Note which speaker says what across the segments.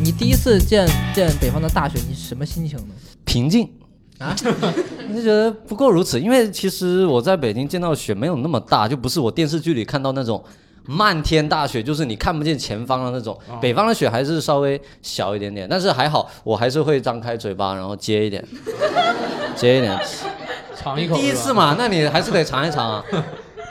Speaker 1: 你第一次见见北方的大雪，你什么心情呢？
Speaker 2: 平静
Speaker 1: 啊，
Speaker 2: 你就觉得不过如此。因为其实我在北京见到的雪没有那么大，就不是我电视剧里看到那种漫天大雪，就是你看不见前方的那种。
Speaker 3: 哦
Speaker 2: 北方的雪还是稍微小一点点，但是还好，我还是会张开嘴巴，然后接一点，接一 点。
Speaker 1: 尝一口。
Speaker 2: 第一次嘛，那你还是得尝一尝啊，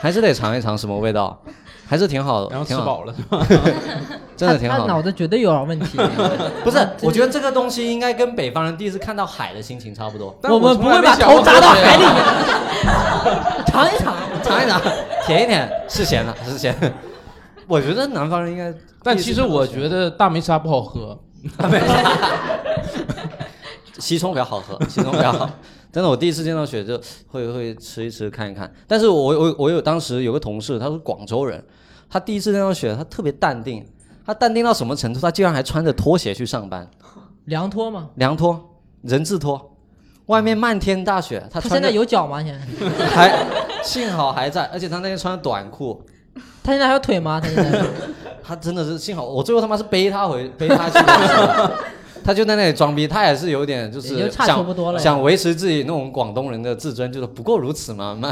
Speaker 2: 还是得尝一尝什么味道，还是挺好的。
Speaker 3: 然后吃
Speaker 2: 挺好
Speaker 3: 饱了是吧？
Speaker 2: 真的挺
Speaker 1: 他
Speaker 2: 好
Speaker 1: 他脑
Speaker 2: 的。
Speaker 1: 子绝对有点问题。
Speaker 2: 不是，我觉得这个东西应该跟北方人第一次看到海的心情差不多。
Speaker 3: 但
Speaker 1: 我们
Speaker 3: 从
Speaker 1: 不
Speaker 3: 来
Speaker 1: 会
Speaker 3: 没
Speaker 1: 把
Speaker 3: 想过
Speaker 1: 头扎到
Speaker 3: 这
Speaker 1: 海
Speaker 3: 样
Speaker 1: 里面。 尝一尝，
Speaker 2: 尝一尝，舔一舔，是咸的，是咸的。我觉得南方人应该，
Speaker 3: 但其实我觉得大梅沙不好喝，
Speaker 2: 西葱比较好喝，西葱比 较好。真的，我第一次见到雪就会会吃一吃看一看。但是我我我有当时有个同事，他是广州人，他第一次见到雪，他特别淡定，他淡定到什么程度？他竟然还穿着拖鞋去上班，
Speaker 1: 凉拖吗？
Speaker 2: 凉拖、人字拖，外面漫天大雪，他
Speaker 1: 他
Speaker 2: 穿
Speaker 1: 现在
Speaker 2: 着
Speaker 1: 有脚吗？现在
Speaker 2: 还 幸好还在，而且他那天穿着短裤，
Speaker 1: 他现在还有腿吗？他现在
Speaker 2: 他真的是幸好，我最后他妈是背 他回背他去公司，他就在那里装逼，他也是有点就
Speaker 1: 也
Speaker 2: 是
Speaker 1: 就差
Speaker 2: 想
Speaker 1: 差不多了
Speaker 2: 想维持自己那种广东人的自尊，就是不过如此嘛， 妈，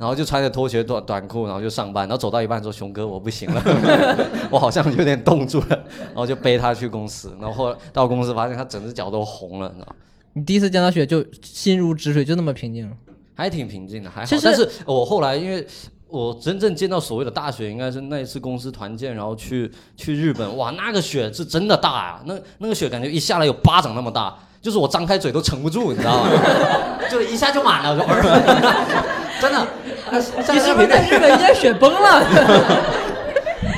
Speaker 2: 然后就穿着拖鞋短短裤，然后就上班，然后走到一半说熊哥我不行了， 我好像有点冻住了，然后就背他去公司，然后后来到公司发现他整只脚都红了，你知道吗。
Speaker 1: 你第一次见到雪就心如止水，就那么平静。
Speaker 2: 还挺平静的，还好。
Speaker 1: 其实
Speaker 2: 但是我后来因为。我真正见到所谓的大雪，应该是那一次公司团建，然后去去日本，哇，那个雪是真的大啊！那那个雪感觉一下来有巴掌那么大，就是我张开嘴都撑不住，你知道吗？ 就是一下就 满了，我说真的。
Speaker 1: 你
Speaker 2: 你
Speaker 1: 是不是在日 本见雪崩了？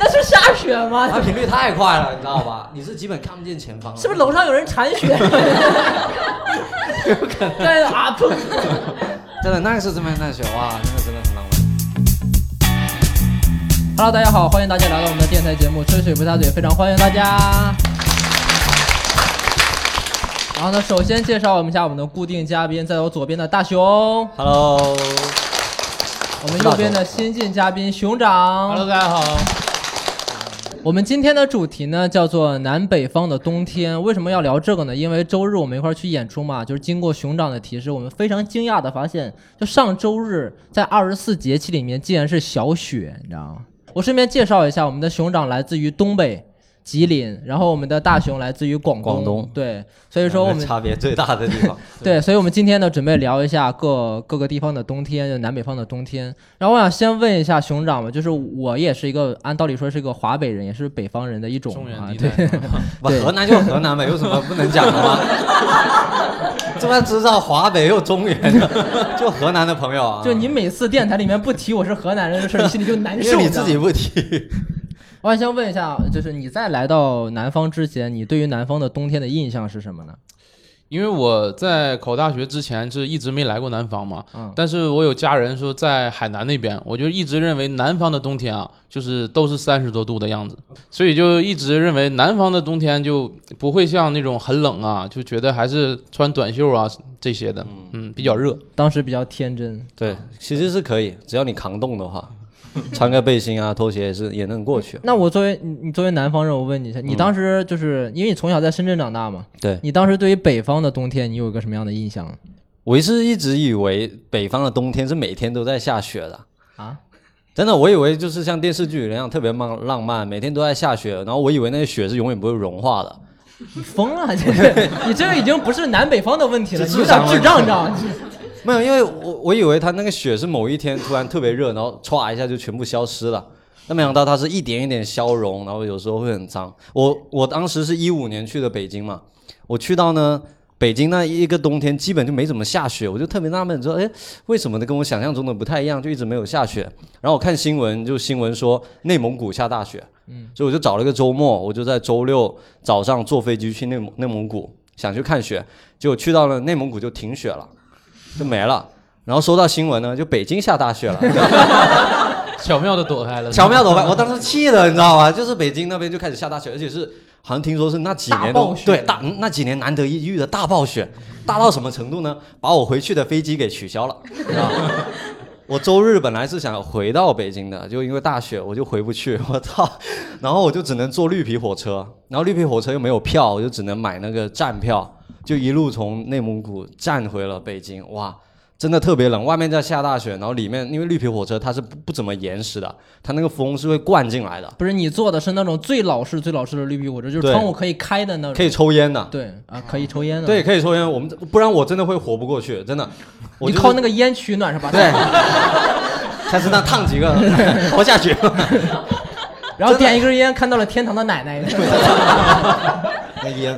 Speaker 1: 那是下雪吗？
Speaker 2: 它频率太快了，你知道吧？你是基本看不见前方了，
Speaker 1: 是不是楼上有人铲雪？ 在啊砰！
Speaker 2: 真的，那个是真的那雪，哇，那个真的很浪漫。
Speaker 1: Hello，大家好，欢迎大家来到我们的电台节目《吹水不插嘴》，非常欢迎大家。然后呢，首先介绍我们一下我们的固定嘉宾，在我左边的大熊，
Speaker 2: Hello，
Speaker 1: 我们右边的新晋嘉宾熊掌。
Speaker 3: Hello，大家好。
Speaker 1: 我们今天的主题呢叫做南北方的冬天。为什么要聊这个呢？因为周日我们一块儿去演出嘛，就是经过熊掌的提示，我们非常惊讶的发现，就上周日在二十四节气里面竟然是小雪，你知道吗？我顺便介绍一下，我们的熊掌来自于东北吉林，然后我们的大熊来自于广东。
Speaker 2: 广东
Speaker 1: 对，所以说我们
Speaker 2: 差别最大的地 方，
Speaker 1: 对，所以，我们今天呢，准备聊一下各各个地方的冬天，就南北方的冬天。然后，我想先问一下熊掌吧，就是我也是一个，按道理说是一个华北人，也是北方人的一种
Speaker 3: 中原
Speaker 1: 啊
Speaker 3: 地，
Speaker 1: 对
Speaker 3: 带，
Speaker 2: 不，
Speaker 1: 对
Speaker 2: 河南就是河南 呗，有什么不能讲的吗？这么知道华北又中原的， 就河南的朋友啊，
Speaker 1: 就你每次电台里面不提我是河南人的事儿，你心里就难
Speaker 2: 因
Speaker 1: 受。
Speaker 2: 为你
Speaker 1: 知道吗
Speaker 2: 自己 不提，
Speaker 1: 我想先问一下，就是你在来到南方之前，你对于南方的冬天的印象是什么呢？
Speaker 3: 因为我在考大学之前是一直没来过南方嘛，
Speaker 1: 嗯
Speaker 3: 但是我有家人说在海南那边，我就一直认为南方的冬天啊，就是都是三十多度的样子，所以就一直认为南方的冬天就不会像那种很冷啊，就觉得还是穿短袖啊这些的，嗯，比较热。
Speaker 1: 当时比较天真，
Speaker 2: 对，其实是可以，只要你扛冻的话，穿个背心啊、拖鞋也是也能过去。
Speaker 1: 那我作为你，你作为南方人，我问你一下，你
Speaker 2: 嗯
Speaker 1: 当时就是、因为你从小在深圳长大嘛，
Speaker 2: 对
Speaker 1: 你当时对于北方的冬天，你有一个什么样的印象
Speaker 2: 我是一直以为北方的冬天是每天都在下雪的，
Speaker 1: 啊？
Speaker 2: 真的，我以为就是像电视剧一样特别浪浪漫，每天都在下雪，然后我以为那些雪是永远不会融化的。
Speaker 1: 你疯了， 这是你这个已经不是南北方的问题了，你
Speaker 2: 这智
Speaker 1: 有点
Speaker 2: 商
Speaker 1: 智
Speaker 2: 问
Speaker 1: 障，你知道吗？
Speaker 2: 没有，因为我我以为它那个雪是某一天突然特别热，然后歘一下就全部消失了。但没想到它是一点一点消融，然后有时候会很脏。我我当时是一五年去的北京嘛，我去到呢北京那一个冬天基本就没怎么下雪，我就特别纳闷说，哎，为什么呢？跟我想象中的不太一样，就一直没有下雪。然后我看新闻，就新闻说内蒙古下大雪，嗯，所以我就找了一个周末，我就在周六早上坐飞机去内蒙内蒙古，想去看雪，结果去到了内蒙古就停雪了。就没了。然后收到新闻呢，就北京下大雪了，
Speaker 3: 巧妙的躲开了，
Speaker 2: 巧妙躲开。我当时气的，你知道吧？就是北京那边就开始下大雪，而且是好像听说是那几
Speaker 1: 大
Speaker 2: 年都
Speaker 1: 暴雪
Speaker 2: 对大嗯那几年难得一遇的大暴雪，大到什么程度呢？把我回去的飞机给取消了，你知道吧？ 我周日本来是想回到北京的，就因为大雪，我就回不去。 我操！然后我就只能坐绿皮火车，然后绿皮火车又没有票，我就只能买那个站票，就一路从内蒙古站回了北京。哇，真的特别冷，外面在下大雪，然后里面因为绿皮火车它是不不怎么严实的，它那个风是会灌进来的，
Speaker 1: 不是你坐的是那种最老式、最老式的绿皮火车，就是
Speaker 2: 对
Speaker 1: 窗户可以开的那
Speaker 2: 可
Speaker 1: 种。
Speaker 2: 以抽烟的。
Speaker 1: 对啊，可以抽烟的。
Speaker 2: 对，，可以抽烟，我们不然我真的会活不过去，真的。我
Speaker 1: 你
Speaker 2: 就
Speaker 1: 靠那个烟取暖是吧？
Speaker 2: 对， 在身上烫几个， 活下去。
Speaker 1: 然后点一根烟，看到了天堂的奶 奶。
Speaker 2: 那烟，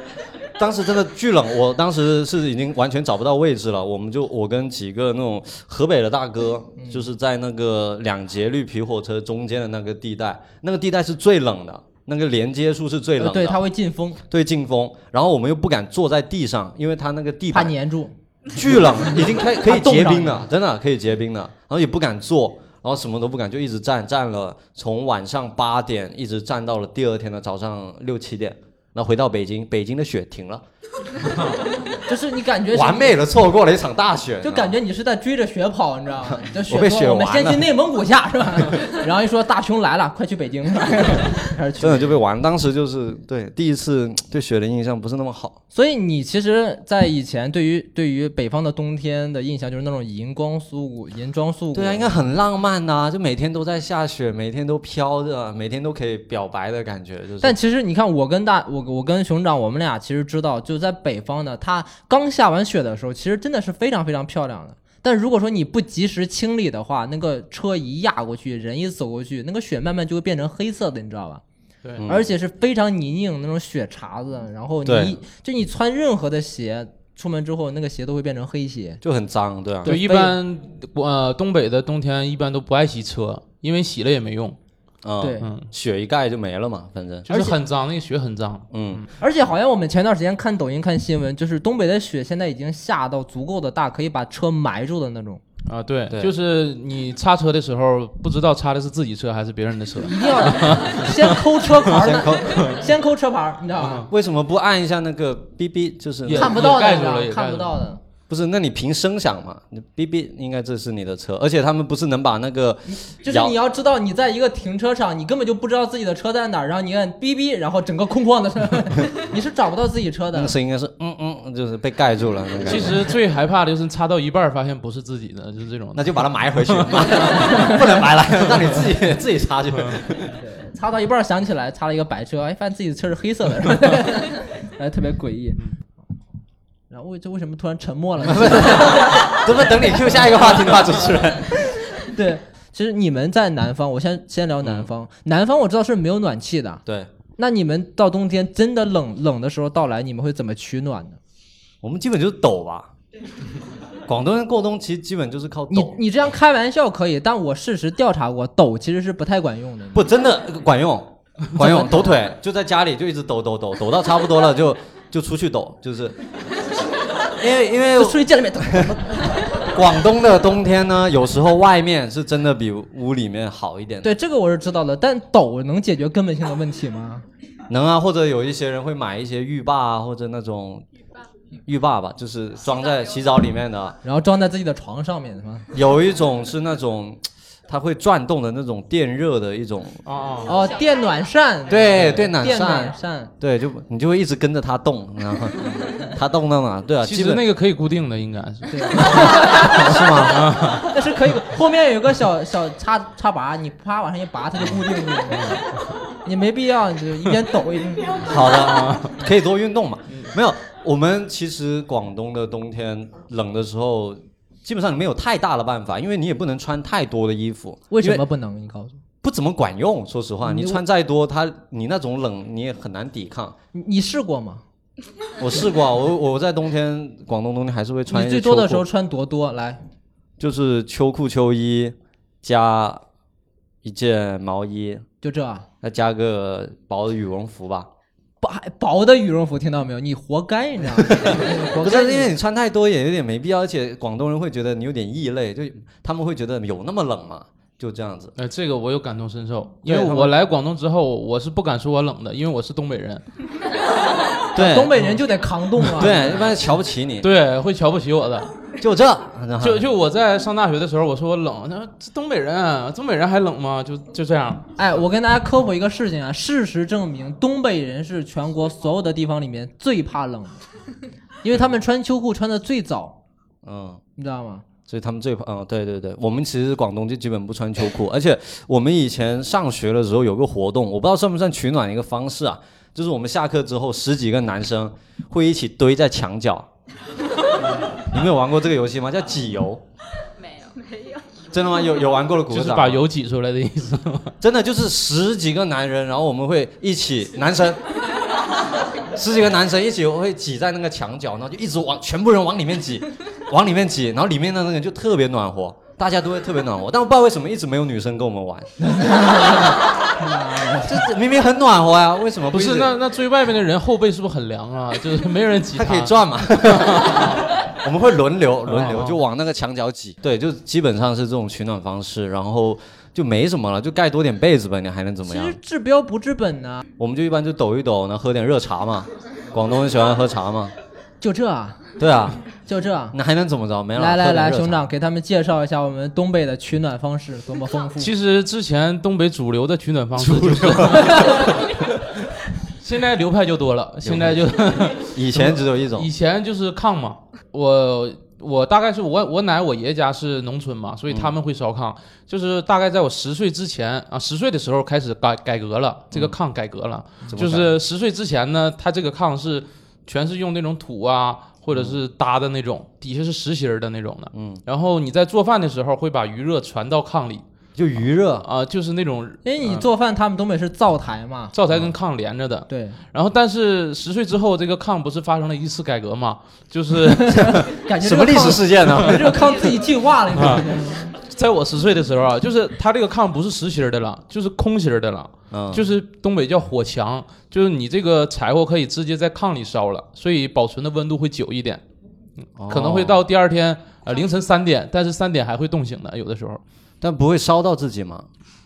Speaker 2: 当时真的巨冷，我当时是已经完全找不到位置了。我们就我跟几个那种河北的大哥，就是在那个两节绿皮火车中间的那个地带，那个地带是最冷的，那个连接处是最冷的，
Speaker 1: 呃对，它会进风，
Speaker 2: 对劲风。然后我们又不敢坐在地上，因为它那个地
Speaker 1: 怕
Speaker 2: 板
Speaker 1: 粘住。
Speaker 2: 巨冷，已经 可以可以
Speaker 1: 它冻
Speaker 2: 结
Speaker 1: 上
Speaker 2: 冰
Speaker 1: 了
Speaker 2: 了，真的可以结冰了。然后也不敢坐，然后什么都不敢，就一直站，站了从晚上八点一直站到了第二天的早上六七点。然后回到北京，北京的雪停了，
Speaker 1: 就是你感觉是
Speaker 2: 完美的错过了一场大雪，
Speaker 1: 就感觉你是在追着雪跑，你知 道吗？你这雪
Speaker 2: 我被
Speaker 1: 说
Speaker 2: 雪
Speaker 1: 我们
Speaker 2: 完
Speaker 1: 先
Speaker 2: 了
Speaker 1: 去内蒙古下是吧？ 然后一说大熊来了，快去北京， 还是去
Speaker 2: 啊真的就被玩。当时就是对第一次对雪的印象不是那么好，
Speaker 1: 所以你其实，在以前对于对于北方的冬天的印象就是那种银光素谷、银装素谷。
Speaker 2: 对啊，应该很浪漫呐、就每天都在下雪，每天都飘着，每天都可以表白的感觉，就是。
Speaker 1: 但其实你看，我跟大我我跟熊掌，我们俩其实知道，就在北方呢，它刚下完雪的时候，其实真的是非常非常漂亮的。但如果说你不及时清理的话，那个车一压过去，人一走过去，那个雪慢慢就会变成黑色的，你知道吧？
Speaker 3: 对
Speaker 2: 嗯
Speaker 1: 而且是非常泥泞那种雪碴子，然后你
Speaker 2: 对
Speaker 1: 一就你穿任何的鞋出门之后，那个鞋都会变成黑鞋。
Speaker 2: 就很脏，对啊，
Speaker 3: 就
Speaker 1: 对
Speaker 3: 一
Speaker 1: 非
Speaker 3: 般呃东北的冬天一般都不爱洗车，因为洗了也没用，
Speaker 2: 嗯，
Speaker 1: 对
Speaker 3: 嗯，
Speaker 2: 雪一盖就没了嘛，反正，
Speaker 3: 就是
Speaker 1: 而且
Speaker 3: 很脏，那个雪很脏。
Speaker 2: 嗯，
Speaker 1: 而且好像我们前段时间看抖音看新闻，就是东北的雪现在已经下到足够的大，可以把车埋住的那 种，
Speaker 3: 啊，对，
Speaker 2: 对
Speaker 3: 就是你擦车的时候，不知道擦的是自己车还是别人的车。
Speaker 1: 一定要先抠车牌
Speaker 2: 先抠
Speaker 1: 儿， 先抠车牌儿，你知道吗？
Speaker 2: 为什么不按一下那个哔哔？就是
Speaker 3: 也
Speaker 1: 看不到的，
Speaker 3: 也
Speaker 1: 你知
Speaker 3: 盖住
Speaker 1: 道
Speaker 3: 了
Speaker 1: 吗
Speaker 3: 也
Speaker 1: 看
Speaker 3: 盖
Speaker 1: 不
Speaker 3: 住
Speaker 1: 到的。
Speaker 2: 不是？那你凭声响嘛？你哔哔应该这是你的车，而且他们不是能把那个
Speaker 1: 就是
Speaker 2: 摇
Speaker 1: 你要知道，你在一个停车场，你根本就不知道自己的车在哪儿，然后你按哔哔，然后整个空旷的车， 你是找不到自己车
Speaker 2: 那
Speaker 1: 的
Speaker 2: 个。声音应该是嗯嗯，就是被盖住了。那个感觉
Speaker 3: 其实最害怕的就是擦到一半儿发现不是自己的，就是这种
Speaker 2: 那。就把它埋回去， 不能埋了， 让你自己自己擦去。
Speaker 1: 擦到一半儿想起来擦了一个白车，哎，发现自己的车是黑 色的，是吧哎，特别诡异。
Speaker 2: 嗯
Speaker 1: 然后为这为什么突然沉 默了 呢？
Speaker 2: 这不等你 Q 下一个话题的话，主持人。
Speaker 1: 对，其实你们在南方，我先先聊南方。南方我知道是没有暖气的，
Speaker 2: 对
Speaker 1: 那你们到冬天真的冷冷的时候到来，你们会怎么取暖呢？
Speaker 2: 我们基本就是抖吧。广东人过冬其实基本就是靠
Speaker 1: 你
Speaker 2: 抖，
Speaker 1: 你这样开玩笑可以，但我事实调查过，抖其实是不太管用的。
Speaker 2: 不真的管 用，管用抖腿，就在家里就一直抖抖抖抖到差不多了就 就出去抖，就是。因为因为
Speaker 1: 就出去见了面抖。
Speaker 2: 广东的冬天呢，有时候外面是真的比屋里面好一点。，
Speaker 1: 对，这个我是知道的，但抖能解决根本性的问题 吗？
Speaker 2: 能啊，或者有一些人会买一些浴霸啊，或者那种浴霸吧，就是装在洗澡里面的。
Speaker 1: 然后装在自己的床上面是吗？
Speaker 2: 有一种是那种它会转动的那种电热的一种，
Speaker 3: 啊，
Speaker 1: 哦，电暖扇。
Speaker 2: 对
Speaker 1: 电
Speaker 2: 电暖扇
Speaker 1: 暖扇。
Speaker 2: 对，就你就会一直跟着它动，然后它动到哪，对啊，
Speaker 3: 其
Speaker 2: 基
Speaker 3: 实
Speaker 2: 本
Speaker 3: 那个可以固定的，应该是。
Speaker 2: 是吗？
Speaker 1: 那是可以，后面有个小小插插拔，你啪往上一拔，它就固定住了。你没必要，你就一边抖一边。
Speaker 2: 好的， 可以多运动嘛。没有，我们其实广东的冬天冷的时候，基本上你没有太大的办法，因为你也不能穿太多的衣服。
Speaker 1: 为什
Speaker 2: 因
Speaker 1: 么不能？你告诉我，
Speaker 2: 不怎么管用，说实话，
Speaker 1: 你
Speaker 2: 你穿再多，它你那种冷你也很难抵抗。
Speaker 1: 你你试过吗？
Speaker 2: 我试过啊，我我在冬天，广东冬天还是会穿一
Speaker 1: 你
Speaker 2: 些
Speaker 1: 最多的时
Speaker 2: 秋
Speaker 1: 候
Speaker 2: 裤
Speaker 1: 穿多多来，
Speaker 2: 就是秋裤、秋衣加一件毛衣，
Speaker 1: 就这啊
Speaker 2: 再加个薄的羽绒服吧。
Speaker 1: 薄薄的羽绒服，听到没有？你活该，你知道吗？你活
Speaker 2: 不
Speaker 1: 该
Speaker 2: 是因
Speaker 1: 你。
Speaker 2: 哦为你穿太多也有点没必要，而且广东人会觉得你有点异类，就他们会觉得有那么冷吗？就这样子。
Speaker 3: 呃，这个我有感同身受，因
Speaker 2: 对
Speaker 3: 为
Speaker 2: 他们
Speaker 3: 我来广东之后，我是不敢说我冷的，因为我是东北人，
Speaker 2: 对
Speaker 1: 东北人就得扛冻啊。
Speaker 2: 对，一般瞧不起你。
Speaker 3: 对，会瞧不起我的。
Speaker 2: 就这，
Speaker 3: 就就我在上大学的时候，我说我冷，他说这东北人啊，东北人还冷吗？就就这样。
Speaker 1: 哎，我跟大家科普一个事情啊，事实证明，东北人是全国所有的地方里面最怕冷的，因为他们穿秋裤穿的最早，
Speaker 2: 嗯。
Speaker 1: 你知道吗？
Speaker 2: 所以他们最怕，嗯，对对对，我们其实广东就基本不穿秋裤，而且我们以前上学的时候有个活动，我不知道算不算取暖一个方式啊，就是我们下课之后十几个男生会一起堆在墙角， 你们有玩过这个游戏吗？叫挤油，
Speaker 4: 没有没有，
Speaker 2: 真的吗？有有玩过的鼓
Speaker 3: 就
Speaker 2: 掌
Speaker 3: 是
Speaker 2: 吗，
Speaker 3: 把油挤出来的意思 吗？
Speaker 2: 真的就是十几个男人，然后我们会一起男生，十几个男生一起会挤在那个墙角，然后就一直往全部人往里面挤， 往里面挤，然后里面的那个人就特别暖和，大家都会特别暖和，但我不知道为什么一直没有女生跟我们玩， 这明明很暖和呀、为什么
Speaker 3: 不
Speaker 2: 一
Speaker 3: 是，
Speaker 2: 直
Speaker 3: 那那最外面的人后背是不是很凉 啊？就是没人挤
Speaker 2: 他可以转 嘛？我们会轮流轮流，
Speaker 3: 哦
Speaker 2: 就往那个墙角挤。对，就基本上是这种取暖方式，然后就没什么了，就盖多点被子呗，你还能怎么
Speaker 1: 其
Speaker 2: 样
Speaker 1: 实？治标不治本呢、
Speaker 2: 我们就一般就抖一抖，然后喝点热茶 嘛。广东人喜欢喝茶嘛。
Speaker 1: 就这啊，
Speaker 2: 对啊，
Speaker 1: 就这啊。
Speaker 2: 那还能怎么着？没了。
Speaker 1: 来来
Speaker 2: 喝点
Speaker 1: 来，
Speaker 2: 热茶
Speaker 1: 熊掌，给他们介绍一下我们东北的取暖方式多么丰富。
Speaker 2: 啊
Speaker 3: 其实之前东北主流的取暖方式就是 现在流派就多了，现在就
Speaker 2: 以前只有一种
Speaker 3: 以。前就是炕嘛，我。我大概是我我奶我爷家是农村嘛，所以他们会烧炕，就是大概在我十岁之前啊，十岁的时候开始改改革了，这个炕改革了，
Speaker 2: 怎么
Speaker 3: 就
Speaker 2: 改
Speaker 3: 是十岁之前呢，它这个炕是全是用那种土啊，或者是搭的那种，底下是实心儿的那种的，
Speaker 2: 嗯，
Speaker 3: 然后你在做饭的时候会把余热传到炕里
Speaker 2: 就余热，
Speaker 3: 啊、就是那种
Speaker 1: 因为你做饭，他们东北是灶台嘛，
Speaker 3: 灶台
Speaker 2: 嗯
Speaker 3: 跟炕连着的。
Speaker 1: 对，
Speaker 3: 然后，但是十岁之后，这个炕不是发生了一次改革嘛？就是
Speaker 1: 感觉
Speaker 2: 什么历史啊
Speaker 1: 事？
Speaker 2: 事件呢？
Speaker 1: 感觉这个炕自己进化 了，你知道吗？
Speaker 3: 在我十岁的时候啊，就是它这个炕不是实心儿的了，就是空心儿的了，
Speaker 2: 嗯，
Speaker 3: 就是东北叫火墙，就是你这个柴火可以直接在炕里烧了，所以保存的温度会久一点，可能会
Speaker 2: 哦，
Speaker 3: 到第二天呃凌晨三点，但是三点还会冻醒的，有的时候。
Speaker 2: 但不会烧到自己嘛？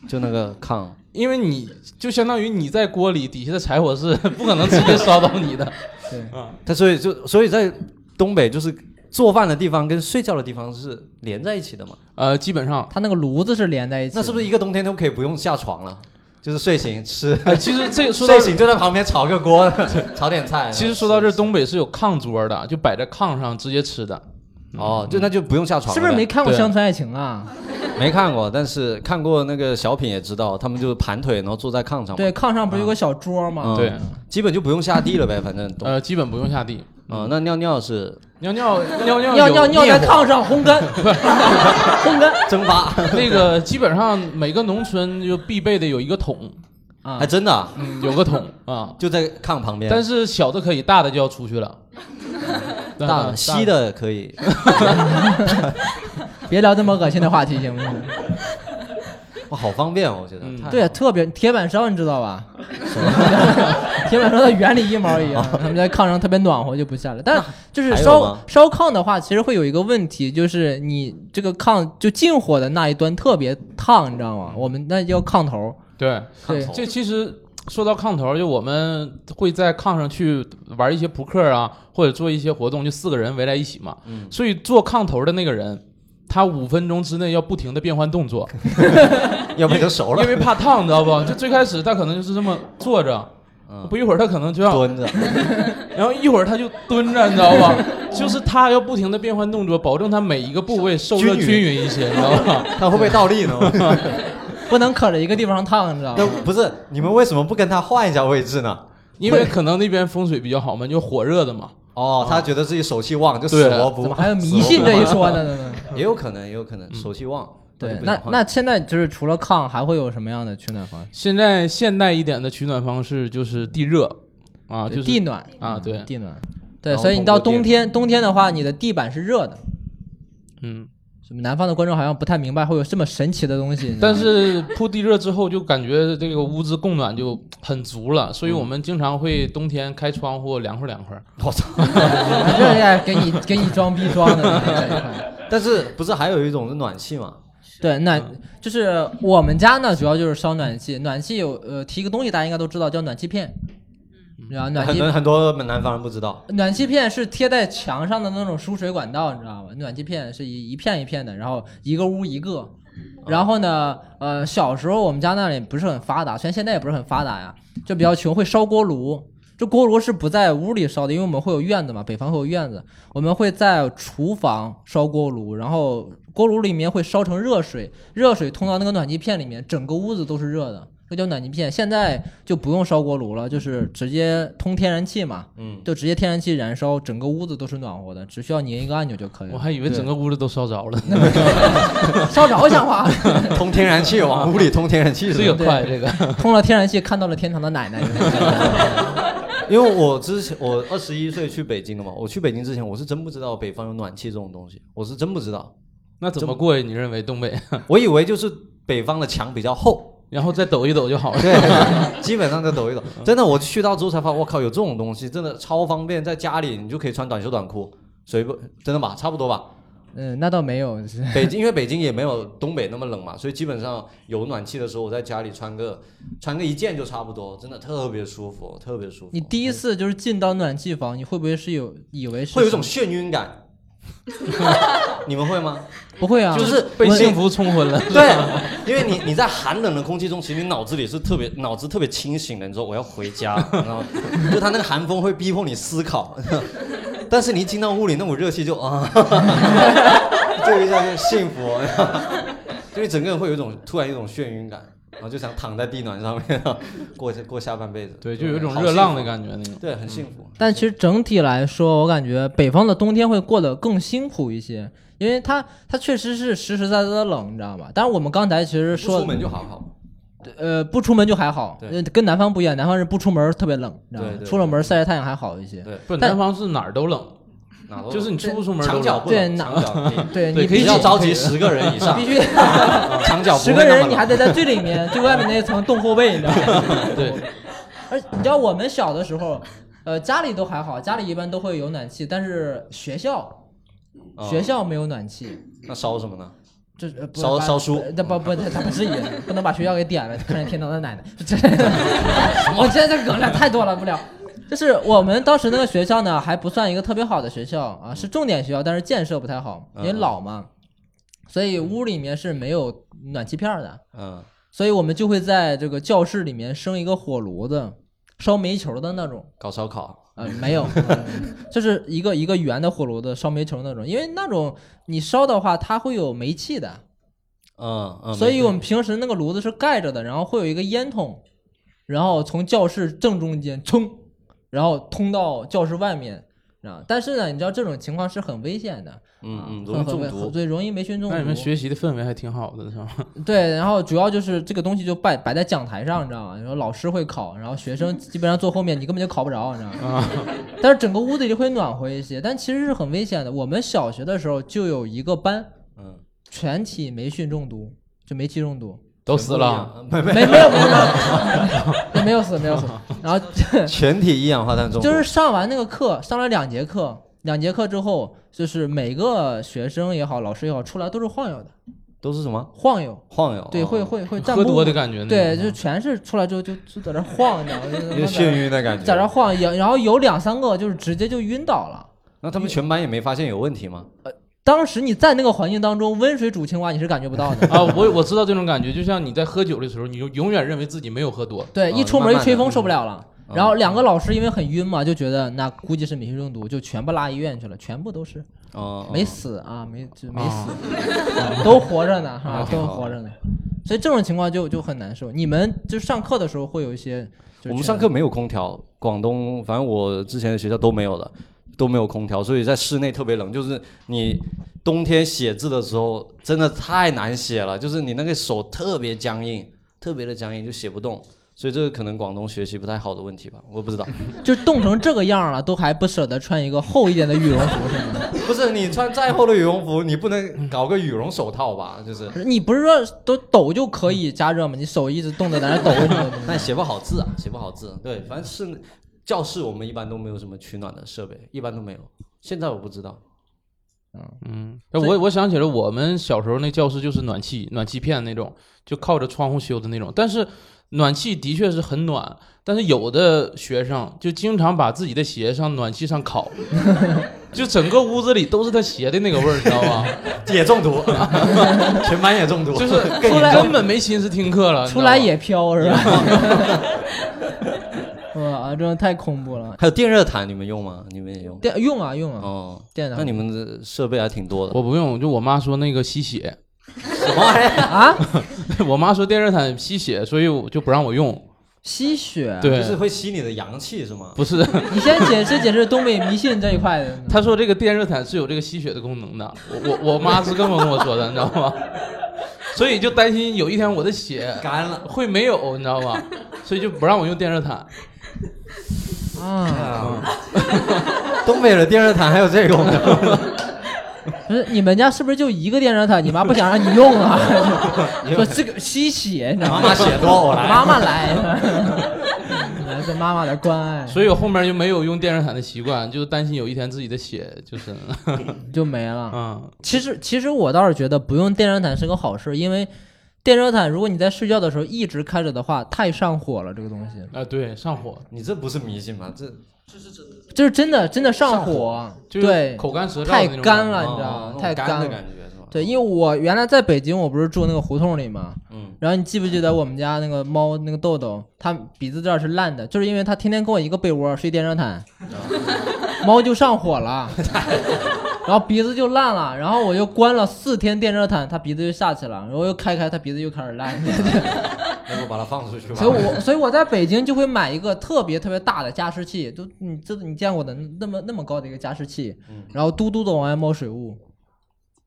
Speaker 2: 就那个炕，
Speaker 3: 因为你就相当于你在锅里底下的柴火是 不可能直接烧到你的，
Speaker 1: 对，
Speaker 2: 他所以就所以在东北就是做饭的地方跟睡觉的地方是连在一起的嘛？
Speaker 3: 呃，基本上，
Speaker 1: 它那个炉子是连在一起的。
Speaker 2: 那是不是一个冬天都可以不用下床了？就是睡醒吃，
Speaker 3: 呃，其实这说 到
Speaker 2: 睡醒就在旁边炒个锅，炒点菜。嗯
Speaker 3: 其实说到这，东北是有炕桌的，就摆在炕上直接吃的。
Speaker 2: 哦，就那就不用下床了呗。
Speaker 1: 是不是没看过《
Speaker 3: 对
Speaker 1: 乡村爱情》啊？
Speaker 2: 没看过，但是看过那个小品也知道，他们就是盘腿，然后坐在炕上嘛，
Speaker 1: 对，炕上不是有个小桌吗？
Speaker 2: 嗯
Speaker 3: 对，
Speaker 2: 基本就不用下地了呗，反正都。
Speaker 1: 嗯
Speaker 3: 呃，基本不用下地，
Speaker 2: 啊、那尿尿是
Speaker 3: 尿尿尿
Speaker 2: 啊
Speaker 3: 尿
Speaker 1: 尿
Speaker 3: 有
Speaker 1: 尿尿
Speaker 3: 灭
Speaker 1: 在
Speaker 3: 火
Speaker 1: 炕上烘干，烘干
Speaker 2: 蒸 发，
Speaker 1: 啊
Speaker 3: 那个基本上每个农村就必备的有一个桶，
Speaker 1: 啊
Speaker 2: 还！真的啊、
Speaker 3: 嗯，有个桶啊。
Speaker 2: 就在炕旁边。
Speaker 3: 但是小的可以，大的就要出去了。嗯对
Speaker 2: 大的吸，的可以，
Speaker 1: 别聊这么恶心的话题，行不行？
Speaker 2: 哇，好方便哦，我觉得。
Speaker 3: 嗯
Speaker 2: 太好 了
Speaker 1: 对，啊特别铁板烧，你知道吧？ 铁板烧的原理一毛一 样，他们在炕上特别暖和就不下来。但就是
Speaker 2: 还有
Speaker 1: 烧
Speaker 2: 吗
Speaker 1: 烧炕的话，其实会有一个问题，就是你这个炕就近火的那一端特别烫，你知道吗？我们那叫炕头，
Speaker 3: 对，
Speaker 1: 对
Speaker 2: 炕头
Speaker 3: 这其实说到炕头，就我们会在炕上去玩一些扑克啊，或者做一些活动，就四个人围在一起嘛。
Speaker 2: 嗯
Speaker 3: 所以坐炕头的那个人，他五分钟之内要不停的变换动作，
Speaker 2: 要不然就熟了
Speaker 3: 因。为怕烫，你知道不？就最开始他可能就是这么坐着，
Speaker 2: 嗯，
Speaker 3: 不一会儿他可能就要，
Speaker 2: 蹲着，
Speaker 3: 然后一会儿他就蹲着，你知道吧？就是他要不停的变换动作，保证他每一个部位受热
Speaker 2: 均匀
Speaker 3: 均匀一些，你知道 吧？
Speaker 2: 他会不会倒立 呢？
Speaker 1: 不能可着一个地方烫，你知道
Speaker 2: 那
Speaker 1: 吗？
Speaker 2: 不是，你们为什么不跟他换一下位置呢？
Speaker 3: 因为可能那边风水比较好嘛，就火热的嘛。
Speaker 2: 哦，他觉得自己手气旺，就死
Speaker 3: 对
Speaker 2: 活
Speaker 1: 啊怎
Speaker 2: 不
Speaker 1: 么还有迷信这一说 呢？
Speaker 2: 也有可能，也有可能手气旺。
Speaker 1: 对
Speaker 2: 就，不
Speaker 1: 那
Speaker 2: 想换
Speaker 1: 那现在就是除了炕，还会有什么样的取暖方式？
Speaker 3: 现在现代一点的取暖方式就是地热，啊，就是
Speaker 1: 地暖
Speaker 3: 啊对
Speaker 1: 地暖。对，
Speaker 2: 然后
Speaker 1: 所以你
Speaker 2: 通
Speaker 1: 到
Speaker 2: 过
Speaker 1: 冬
Speaker 2: 电
Speaker 1: 天，冬天的话，你的地板是热的。
Speaker 3: 嗯，
Speaker 1: 什么南方的观众好像不太明白会有这么神奇的东西，你知道
Speaker 3: 但
Speaker 1: 吗
Speaker 3: 是铺地热之后就感觉这个屋子供暖就很足了，所以我们经常会冬天开窗户凉快凉快。
Speaker 2: 我操！
Speaker 1: 你这也给你给你装逼装的这一块。
Speaker 2: 但是不是还有一种是暖气嘛？
Speaker 1: 对，那就是我们家呢，主要就是烧暖气，暖气有呃提一个东西大家应该都知道，叫暖气片。然后暖
Speaker 2: 很
Speaker 1: 气
Speaker 2: 多很多南方人不知道，
Speaker 1: 暖气片是贴在墙上的那种输水管道，你知道吧？暖气片是一一片一片的，然后一个屋一个。然后呢，呃，小时候我们家那里不是很发达，虽然现在也不是很发达呀，就比较穷，会烧锅炉。这锅炉是不在屋里烧的，因为我们会有院子嘛，北方会有院子，我们会在厨房烧锅炉，然后锅炉里面会烧成热水，热水通到那个暖气片里面，整个屋子都是热的，这叫暖气片。现在就不用烧锅炉了，就是直接通天然气嘛，
Speaker 2: 嗯，
Speaker 1: 就直接天然气燃烧，整个屋子都是暖和的，只需要拧一个按钮就可以了。
Speaker 3: 我还以 为整个屋子都烧着了，
Speaker 1: 烧着像话，
Speaker 2: 通天然气，往屋里通天然气是
Speaker 3: 这
Speaker 2: 吧
Speaker 3: 个快，这个
Speaker 1: 通了天然气，看到了天堂的奶奶。
Speaker 2: 因为我之前我二十一岁去北京的嘛，我去北京之前我是真不知道北方有暖气这种东西，我是真不 知道，
Speaker 3: 那怎么过呀？你认为东北，
Speaker 2: 我以为就是北方的墙比 较厚，
Speaker 3: 然后再抖一抖就好了。
Speaker 2: 对，基本上都抖一抖。真的，我去到之后才发现，我靠，有这种东西，真的超方便，在家里你就可以穿短袖短裤，随不真的吧，差不多吧。
Speaker 1: 嗯，那倒没有，是
Speaker 2: 北京因为北京也没有东北那么冷嘛，所以基本上有暖气的时候，我在家里穿个穿个一件就差不多，真的特别舒服，特别舒服。
Speaker 1: 你第一次就是进到暖气房，你会不会是有以为是
Speaker 2: 会有一种眩晕感， 你们会吗？
Speaker 1: 不会啊？
Speaker 2: 就是
Speaker 3: 被
Speaker 2: 我
Speaker 3: 幸福冲昏了。
Speaker 2: 对，因为你你在寒冷的空气中，其实你脑子里是特别脑子特别清醒的。你说我要回家，然后就它那个寒风会逼迫你思考，但是你一进到屋里那股热气就 啊，就一下就幸福， 因为整个人会有一种突然有一种眩晕感，然后就想躺在地暖上面 过过下半辈子。
Speaker 3: 对，就有一种热浪的
Speaker 2: 觉，
Speaker 3: 感觉那种。
Speaker 2: 对，很幸福。
Speaker 1: 嗯但其实整体来说，我感觉北方的冬天会过得更辛苦一些，因为它它确实是实实在在的冷，你知道吧？但是我们刚才其实
Speaker 2: 不
Speaker 1: 说
Speaker 2: 出门就好好。
Speaker 1: 呃，不出门就还好，
Speaker 2: 对
Speaker 1: 呃跟南方不一样，南方是不出门特别冷，你知道
Speaker 2: 对
Speaker 1: 吗？
Speaker 2: 对
Speaker 1: 出了门晒晒太阳还好一些。
Speaker 2: 对，
Speaker 3: 不，
Speaker 1: 但
Speaker 3: 南方是哪儿都冷，
Speaker 2: 哪都
Speaker 3: 就是你出不出门都
Speaker 2: 哦墙角
Speaker 3: 冷。
Speaker 2: 不冷，
Speaker 1: 对
Speaker 2: 墙角可以
Speaker 1: 对
Speaker 3: 对
Speaker 1: 你
Speaker 3: 可以
Speaker 1: 必
Speaker 2: 你
Speaker 1: 须
Speaker 2: 要召集十个人以上 啊
Speaker 1: 必，须
Speaker 2: 墙角不
Speaker 1: 十
Speaker 2: 会
Speaker 1: 个
Speaker 2: 那么
Speaker 1: 人
Speaker 2: 冷
Speaker 1: 你还得在最里面，最外面那一层冻后背，你知道 吗？
Speaker 3: 对，
Speaker 1: 而你知道我们小的时候，呃，家里都还好，家里一般都会有暖气，但是学校、
Speaker 2: 哦
Speaker 1: 学校没有暖气，
Speaker 2: 那烧什么呢？
Speaker 1: 这呃不
Speaker 2: 烧
Speaker 1: 把
Speaker 2: 烧书
Speaker 1: 呃那不不，他不 至于，不能把学校给点了，看见天堂的奶奶， 这我现在这梗量太多了，不了。就是我们当时那个学校呢，还不算一个特别好的学校啊，是重点学校，但是建设不太好，因为
Speaker 2: 嗯嗯
Speaker 1: 老嘛，所以屋里面是没有暖气片儿的，
Speaker 2: 嗯，
Speaker 1: 所以我们就会在这个教室里面生一个火炉子，烧煤球的那种。
Speaker 2: 搞烧烤，
Speaker 1: 呃，没 有，呃就是一个一个圆的火炉子，烧煤球那种。因为那种你烧的话，它会有煤气的，
Speaker 2: 嗯嗯，
Speaker 1: 所以我们
Speaker 2: 没
Speaker 1: 平时那个炉子是盖着的，然后会有一个烟筒，然后从教室正中间冲，然后通到教室外面。啊，但是呢，你知道这种情况是很危险的，
Speaker 2: 嗯嗯，
Speaker 1: 啊
Speaker 2: 容易中
Speaker 1: 很很
Speaker 2: 毒，
Speaker 1: 对，容易霉菌中毒。
Speaker 3: 那你们学习的氛围还挺好的，是吧？
Speaker 1: 对，然后主要就是这个东西就摆摆在讲台上，你知道吗？然后老师会考，然后学生基本上坐后面，你根本就考不着，你知道吗？
Speaker 3: 啊
Speaker 1: 但是整个屋子里会暖和一些，但其实是很危险的。我们小学的时候就有一个班
Speaker 2: 嗯，
Speaker 1: 全体霉菌中毒，就煤气中毒，
Speaker 3: 都死了，
Speaker 2: 全部一氧，没
Speaker 1: 没没有没有没有没有死没有死，然 后
Speaker 2: 没，全体一氧化碳中毒，
Speaker 1: 就是上完那个课，上了两节课，两节课之后，就是每个学生也好，老师也好，出来都是晃悠的，
Speaker 2: 都是什么
Speaker 1: 晃悠。
Speaker 2: 晃悠，
Speaker 1: 对，
Speaker 2: 哦
Speaker 1: 会，会会站
Speaker 3: 喝
Speaker 1: 不
Speaker 3: 多
Speaker 1: 稳
Speaker 3: 的感觉那种。啊
Speaker 1: 对，就全是出来之后就就在那晃，你知道吗？ 就
Speaker 2: 有眩晕的感觉，
Speaker 1: 在那晃，然然后有两三个就是直接就晕倒了。
Speaker 2: 那他们全班也没发现有问题吗？
Speaker 1: 当时你在那个环境当中，温水煮青蛙你是感觉不 到的。
Speaker 3: 啊，我我知道这种感觉，就像你在喝酒的时候，你就永远认为自己没有喝多。
Speaker 1: 对，
Speaker 2: 哦
Speaker 1: 一出
Speaker 2: 慢
Speaker 1: 门一
Speaker 2: 慢
Speaker 1: 吹
Speaker 2: 的
Speaker 1: 风受不了了。
Speaker 2: 嗯
Speaker 1: 然后两个老师因为很晕嘛，就觉得那估计是霉菌中毒，就全部拉医院去了，全部都是
Speaker 2: 哦，
Speaker 1: 没
Speaker 2: 哦，
Speaker 1: 死啊，没就没死， 哦啊都活着呢，哈，
Speaker 2: 啊
Speaker 1: 都
Speaker 2: 挺好
Speaker 1: 活着呢。所以这种情况就就很难受。你们就上课的时候会有一些，就是
Speaker 2: 我们
Speaker 1: 这
Speaker 2: 上
Speaker 1: 样
Speaker 2: 课没有空调，广东反正我之前的学校都没有的，都没有空调，所以在室内特别冷，就是你。冬天写字的时候真的太难写了，就是你那个手特别僵硬，特别的僵硬，就写不动，所以这个可能广东学习不太好的问题吧，我不知道。
Speaker 1: 就冻成这个样了，都还不舍得穿一个厚一点的羽绒服是吗？
Speaker 2: 不是你穿再厚的羽绒服，你不能搞个羽绒手套吧？就是，
Speaker 1: 不是你不是说都抖就可以加热吗？你手一直冻着在那抖，为什么不
Speaker 2: 但写不好字啊，写不好字。对，反正是教室我们一般都没有什么取暖的设备，一般都没有。现在我不知道，
Speaker 3: 嗯，但我我想起来，我们小时候那教室就是暖气暖气片那种，就靠着窗户修的那种。但是暖气的确是很暖，但是有的学生就经常把自己的鞋上暖气上烤， 就整个屋子里都是他鞋的那个味儿，你知道吗？
Speaker 2: 也中毒， 全班也中毒，
Speaker 3: 就是
Speaker 2: 更
Speaker 1: 出
Speaker 2: 严
Speaker 1: 来
Speaker 2: 重。
Speaker 3: 根本没心思听课了。
Speaker 1: 出来
Speaker 3: 你知道吗
Speaker 1: 也飘 是吧？ 哇，真的太恐怖了！
Speaker 2: 还有电热毯，你们用吗？你们也用？
Speaker 1: 电用啊用啊，
Speaker 2: 哦，
Speaker 1: 电热毯
Speaker 2: 那你们的设备还挺多的。
Speaker 3: 我不用，就我妈说那个吸血，
Speaker 2: 什么玩意儿？
Speaker 1: 啊
Speaker 3: 我妈说电热毯吸血，所以我就不让我用。
Speaker 1: 吸血。
Speaker 3: 对，
Speaker 2: 就是会吸你的阳气是吗？
Speaker 3: 不是，
Speaker 1: 你先解释解释东北迷信这一块 的。
Speaker 3: 她说这个电热毯是有这个吸血的功能的。我我我妈是这么跟我说的，你知道 吗？所以就担心有一天我的血
Speaker 2: 干了。
Speaker 3: 会没有，你知道吗？所以就不让我用电热毯。
Speaker 1: 啊，
Speaker 2: 嗯 东北的电热毯还有这 个功能？
Speaker 1: 不是你们家是不是就一个电热毯？你妈不想让你用 啊？说这个吸血，你知道
Speaker 2: 妈
Speaker 1: 吗？
Speaker 2: 妈血多，我来。
Speaker 1: 妈妈来，来自妈妈的关爱，
Speaker 3: 所以我后面就没有用电热毯的习惯，就担心有一天自己的血就是，
Speaker 1: 就没了。
Speaker 3: 嗯，
Speaker 1: 其实其实我倒是觉得不用电热毯是个好事，因为电热毯如果你在睡觉的时候一直开着的话，太上火了。这个东西
Speaker 3: 啊，对，上火，
Speaker 2: 你这不是迷信吗？这
Speaker 1: 就是真的真的上火，
Speaker 3: 就是
Speaker 1: 对，
Speaker 3: 口干舌燥
Speaker 1: 太
Speaker 3: 那种
Speaker 1: 干
Speaker 3: 感
Speaker 1: 了，
Speaker 3: 觉
Speaker 1: 啊你知道
Speaker 2: 哦
Speaker 1: 吗
Speaker 2: 那？种
Speaker 1: 太
Speaker 2: 干
Speaker 1: 干
Speaker 2: 的
Speaker 1: 了
Speaker 2: 感。觉是吧？
Speaker 1: 对，因为我原来在北京，我不是住那个胡同里嘛，
Speaker 2: 嗯，
Speaker 1: 然后你记不记得我们家那个猫那个豆豆，它鼻子这儿是烂的，就是因为它天天跟我一个被窝睡电热毯，
Speaker 2: 嗯
Speaker 1: 猫就上火了，然后鼻子就烂了，然后我又关了四天电热毯，它鼻子就下去了，然后又开开，它鼻子又开始烂，
Speaker 2: 要不把它放出去吧。
Speaker 1: 所以我所以我在北京就会买一个特别特别大的加湿器，就你这你见过的那么那么高的一个加湿器
Speaker 2: 嗯，
Speaker 1: 然后嘟嘟的往外冒水雾，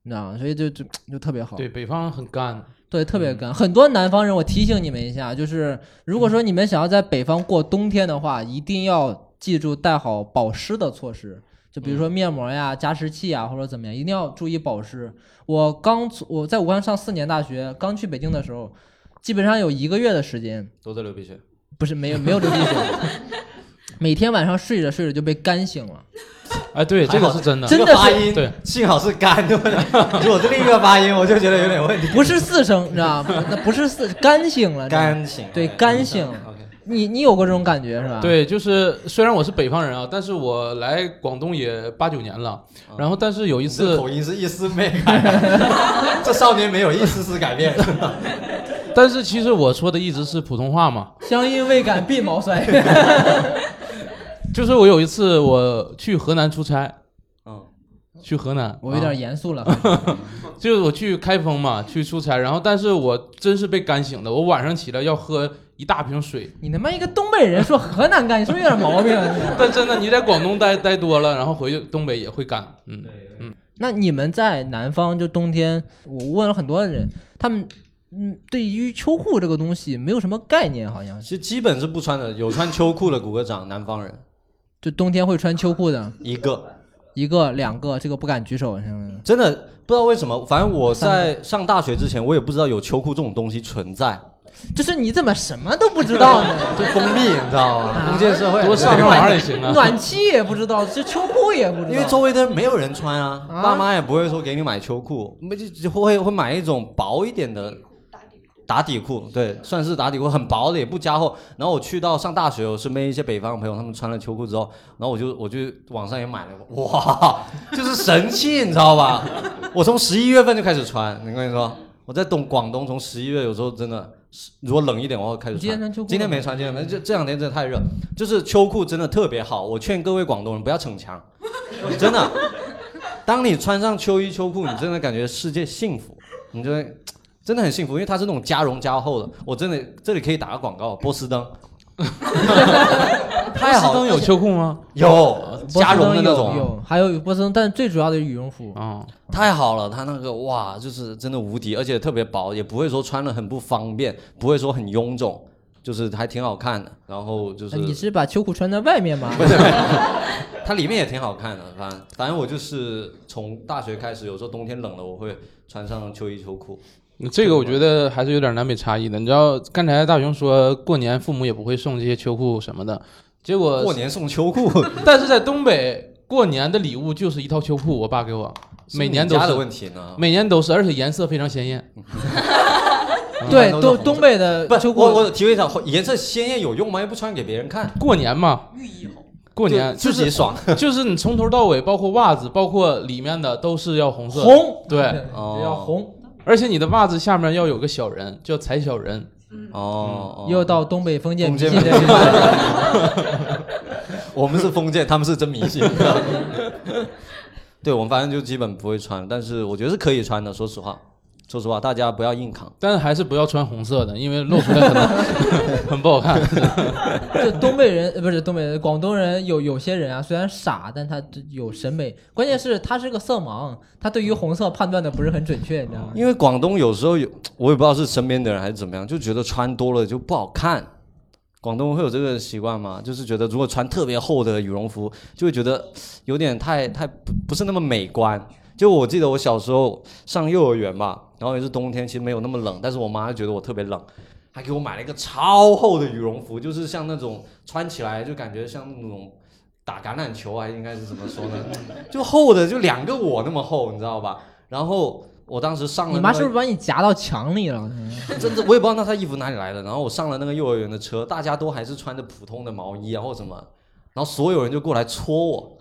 Speaker 1: 你知道吗？所以就就就特别好。
Speaker 3: 对，北方很干，
Speaker 1: 对，特别干。很多南方人，我提醒你们一下，就是如果说你们想要在北方过冬天的话，一定要记住带好保湿的措施，就比如说面膜呀、加湿器啊，或者怎么样，一定要注意保湿。我刚从我在武汉上四年大学，刚去北京的时候，基本上有一个月的时间，
Speaker 2: 都在流鼻血，
Speaker 1: 不是没有没有流鼻血，每天晚上睡着睡着就被干醒了。
Speaker 3: 哎，对，这
Speaker 2: 还
Speaker 3: 个
Speaker 2: 好
Speaker 3: 是真的，
Speaker 1: 真的
Speaker 2: 这个发
Speaker 1: 是
Speaker 2: 音
Speaker 3: 对，
Speaker 2: 幸好是干， 对不对？是我这另一个发音，我就觉得有点问题。
Speaker 1: 不是四声，你知道吗？那不是四， 干醒了。你知道吗
Speaker 2: 干醒，
Speaker 1: 对干醒
Speaker 2: 哎嗯 OK，
Speaker 1: 你你有过这种感觉是吧？
Speaker 3: 对，就是虽然我是北方人啊，但是我来广东也八九年了，然后但是有一
Speaker 2: 你这
Speaker 3: 次，
Speaker 2: 口音是一丝没 改，这少年没有一丝丝改变。
Speaker 3: 但是其实我说的一直是普通话嘛，
Speaker 1: 乡音未感鬓毛衰。
Speaker 3: 就是我有一次我去河南出差，
Speaker 2: 嗯，
Speaker 3: 去河南，
Speaker 1: 我有
Speaker 3: 啊
Speaker 1: 点严肃了，
Speaker 3: 就是我去开封嘛，去出差，然后但是我真是被干醒的，我晚上起来要喝一大瓶水，
Speaker 1: 你他妈一个东北人说河南干，你是不是有点毛病啊？你
Speaker 3: 但真的你在广东待待多了，然后回去东北也会干，嗯，
Speaker 1: 那你们在南方就冬天，我问了很多人，他们嗯对于秋裤这个东西没有什么概念，好像是
Speaker 2: 其实基本是不穿的，有穿秋裤的鼓个掌，南方人
Speaker 1: 就冬天会穿秋裤的
Speaker 2: 一个。
Speaker 1: 一个两个，这个不敢举手，现在
Speaker 2: 真的不知道为什么，反正我在上大学之前，我也不知道有秋裤这种东西存在，
Speaker 1: 就是你怎么什么都不知道呢？
Speaker 2: 就封闭，你知道吗？封建社会，
Speaker 3: 多上上网也行啊。
Speaker 1: 暖气也不知道，这秋裤也不知道，
Speaker 2: 因为周围的人没有人穿啊，
Speaker 1: 啊
Speaker 2: 爸妈也不会说给你买秋裤，没就就会会买一种薄一点的打底裤，对，算是打底裤，很薄的，也不加厚。然后我去到上大学，我身边一些北方朋友，他们穿了秋裤之后，然后我就我就网上也买了，哇，就是神器，你知道吧？ 我从十一月份就开始穿，我跟你说，我在东广东从十一月有时候真的。如果冷一点，我会开始穿。
Speaker 1: 你今天穿秋裤吗
Speaker 2: 今天没穿，今天没穿，就这两天真的太热。就是秋裤真的特别好，我劝各位广东人不要逞强， 真的。当你穿上秋衣秋裤，你真的感觉世界幸福，你就会真的很幸福，因为它是那种加绒加厚的。我真的这里可以打个广告，波 司登，太好
Speaker 3: 东
Speaker 2: 了，
Speaker 3: 有秋裤吗？
Speaker 2: 有
Speaker 1: 波
Speaker 2: 加
Speaker 1: 司
Speaker 2: 绒
Speaker 1: 登
Speaker 2: 的那种啊
Speaker 1: 有，有，还有波司登，但最主要的是羽绒服。
Speaker 3: 啊、
Speaker 2: 太好了，它那个哇，就是真的无敌，而且特别薄，也不会说穿了很不方便，不会说很臃肿，就是还挺好看的。然后就
Speaker 1: 啊你
Speaker 2: 是
Speaker 1: 是把秋裤穿在外面吗？
Speaker 2: 它里面也挺好看的，反正反正我就是从大学开始，有时候冬天冷了，我会穿上秋衣秋裤。
Speaker 3: 这个我觉得还是有点南北差异的。你知道刚才大雄说过年父母也不会送这些秋裤什么的，结果
Speaker 2: 过年送秋裤，
Speaker 3: 但是在东北过年的礼物就是一套秋裤，我爸给我，每年
Speaker 2: 是
Speaker 3: 都
Speaker 2: 你家的哦
Speaker 3: 是，
Speaker 2: 问题呢。
Speaker 3: 每年都是，而且颜色非常鲜艳。
Speaker 1: 对
Speaker 2: 一般都，
Speaker 1: 东
Speaker 2: 是红色
Speaker 1: 东北的
Speaker 2: 不，
Speaker 1: 就
Speaker 2: 我
Speaker 1: 过
Speaker 2: 我提问一下，颜色鲜艳有用吗？又不穿给别人看，
Speaker 3: 过年嘛，
Speaker 4: 寓意红，
Speaker 3: 过年
Speaker 2: 就
Speaker 3: 就
Speaker 2: 自己
Speaker 3: 是
Speaker 2: 爽。
Speaker 3: 就是你从头到尾，包括袜子，包括里面的都是要红色的，
Speaker 1: 红，
Speaker 3: 对，
Speaker 2: 哦
Speaker 1: 这叫红。
Speaker 3: 而且你的袜子下面要有个小人，叫踩小人。
Speaker 4: 嗯
Speaker 2: 哦，
Speaker 1: 嗯又到东北封建迷信
Speaker 2: 封
Speaker 1: 的日子 了，
Speaker 2: 我们是封建，他们是真迷信。对，我们反正就基本不会穿，但是我觉得是可以穿的。说实话，说实话，大家不要硬扛。
Speaker 3: 但是还是不要穿红色的，因为露出来可 能很不好看。
Speaker 1: 这东北人呃不是东北人，广东人有有些人啊，虽然傻，但他有审美。关键是他是个色盲，他对于红色判断的不是很准确，你知道吗？
Speaker 2: 因为广东有时候有，我也不知道是身边的人还是怎么样，就觉得穿多了就不好看。广东会有这个习惯吗？就是觉得如果穿特别厚的羽绒服，就会觉得有点太太不不是那么美观。就我记得我小时候上幼儿园吧，然后也是冬天，其实没有那么冷，但是我妈就觉得我特别冷，还给我买了一个超厚的羽绒服，就是像那种穿起来就感觉像那种打橄榄球啊，应该是怎么说呢？就厚的就两个我那么厚，你知道吧？然后我当时上了
Speaker 1: 你妈
Speaker 2: 那
Speaker 1: 是
Speaker 2: 个
Speaker 1: 不是把你夹到墙里了？
Speaker 2: 真的，我也不知道那他衣服哪里来的。然后我上了那个幼儿园的车，大家都还是穿着普通的毛衣啊或什么，然后所有人就过来戳我，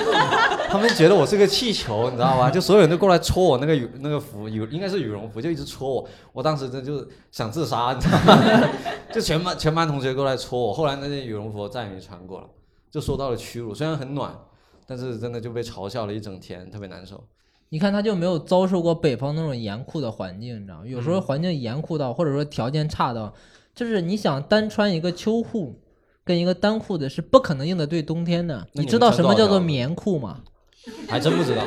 Speaker 2: 他们觉得我是个气球，你知道吗？就所有人都过来戳我那个羽那个服羽应该是羽绒服，就一直戳我。我当时真就是想自杀，你知道吗？ 就全班全班同学过来戳我。后来那件羽绒服我再也没穿过了，就受到了屈辱。虽然很暖，但是真的就被嘲笑了一整天，特别难受。
Speaker 1: 你看他就没有遭受过北方那种严酷的环境，你知道吗？有
Speaker 2: 嗯
Speaker 1: 时候环境严酷到，或者说条件差到，就是你想单穿一个秋裤跟一个单裤子是不可能应得对冬天的。
Speaker 2: 那
Speaker 1: 你
Speaker 2: 你
Speaker 1: 知道
Speaker 2: 们
Speaker 1: 什
Speaker 2: 穿
Speaker 1: 么
Speaker 2: 多少
Speaker 1: 叫做
Speaker 2: 条
Speaker 1: 棉裤吗？
Speaker 2: 还真不知道，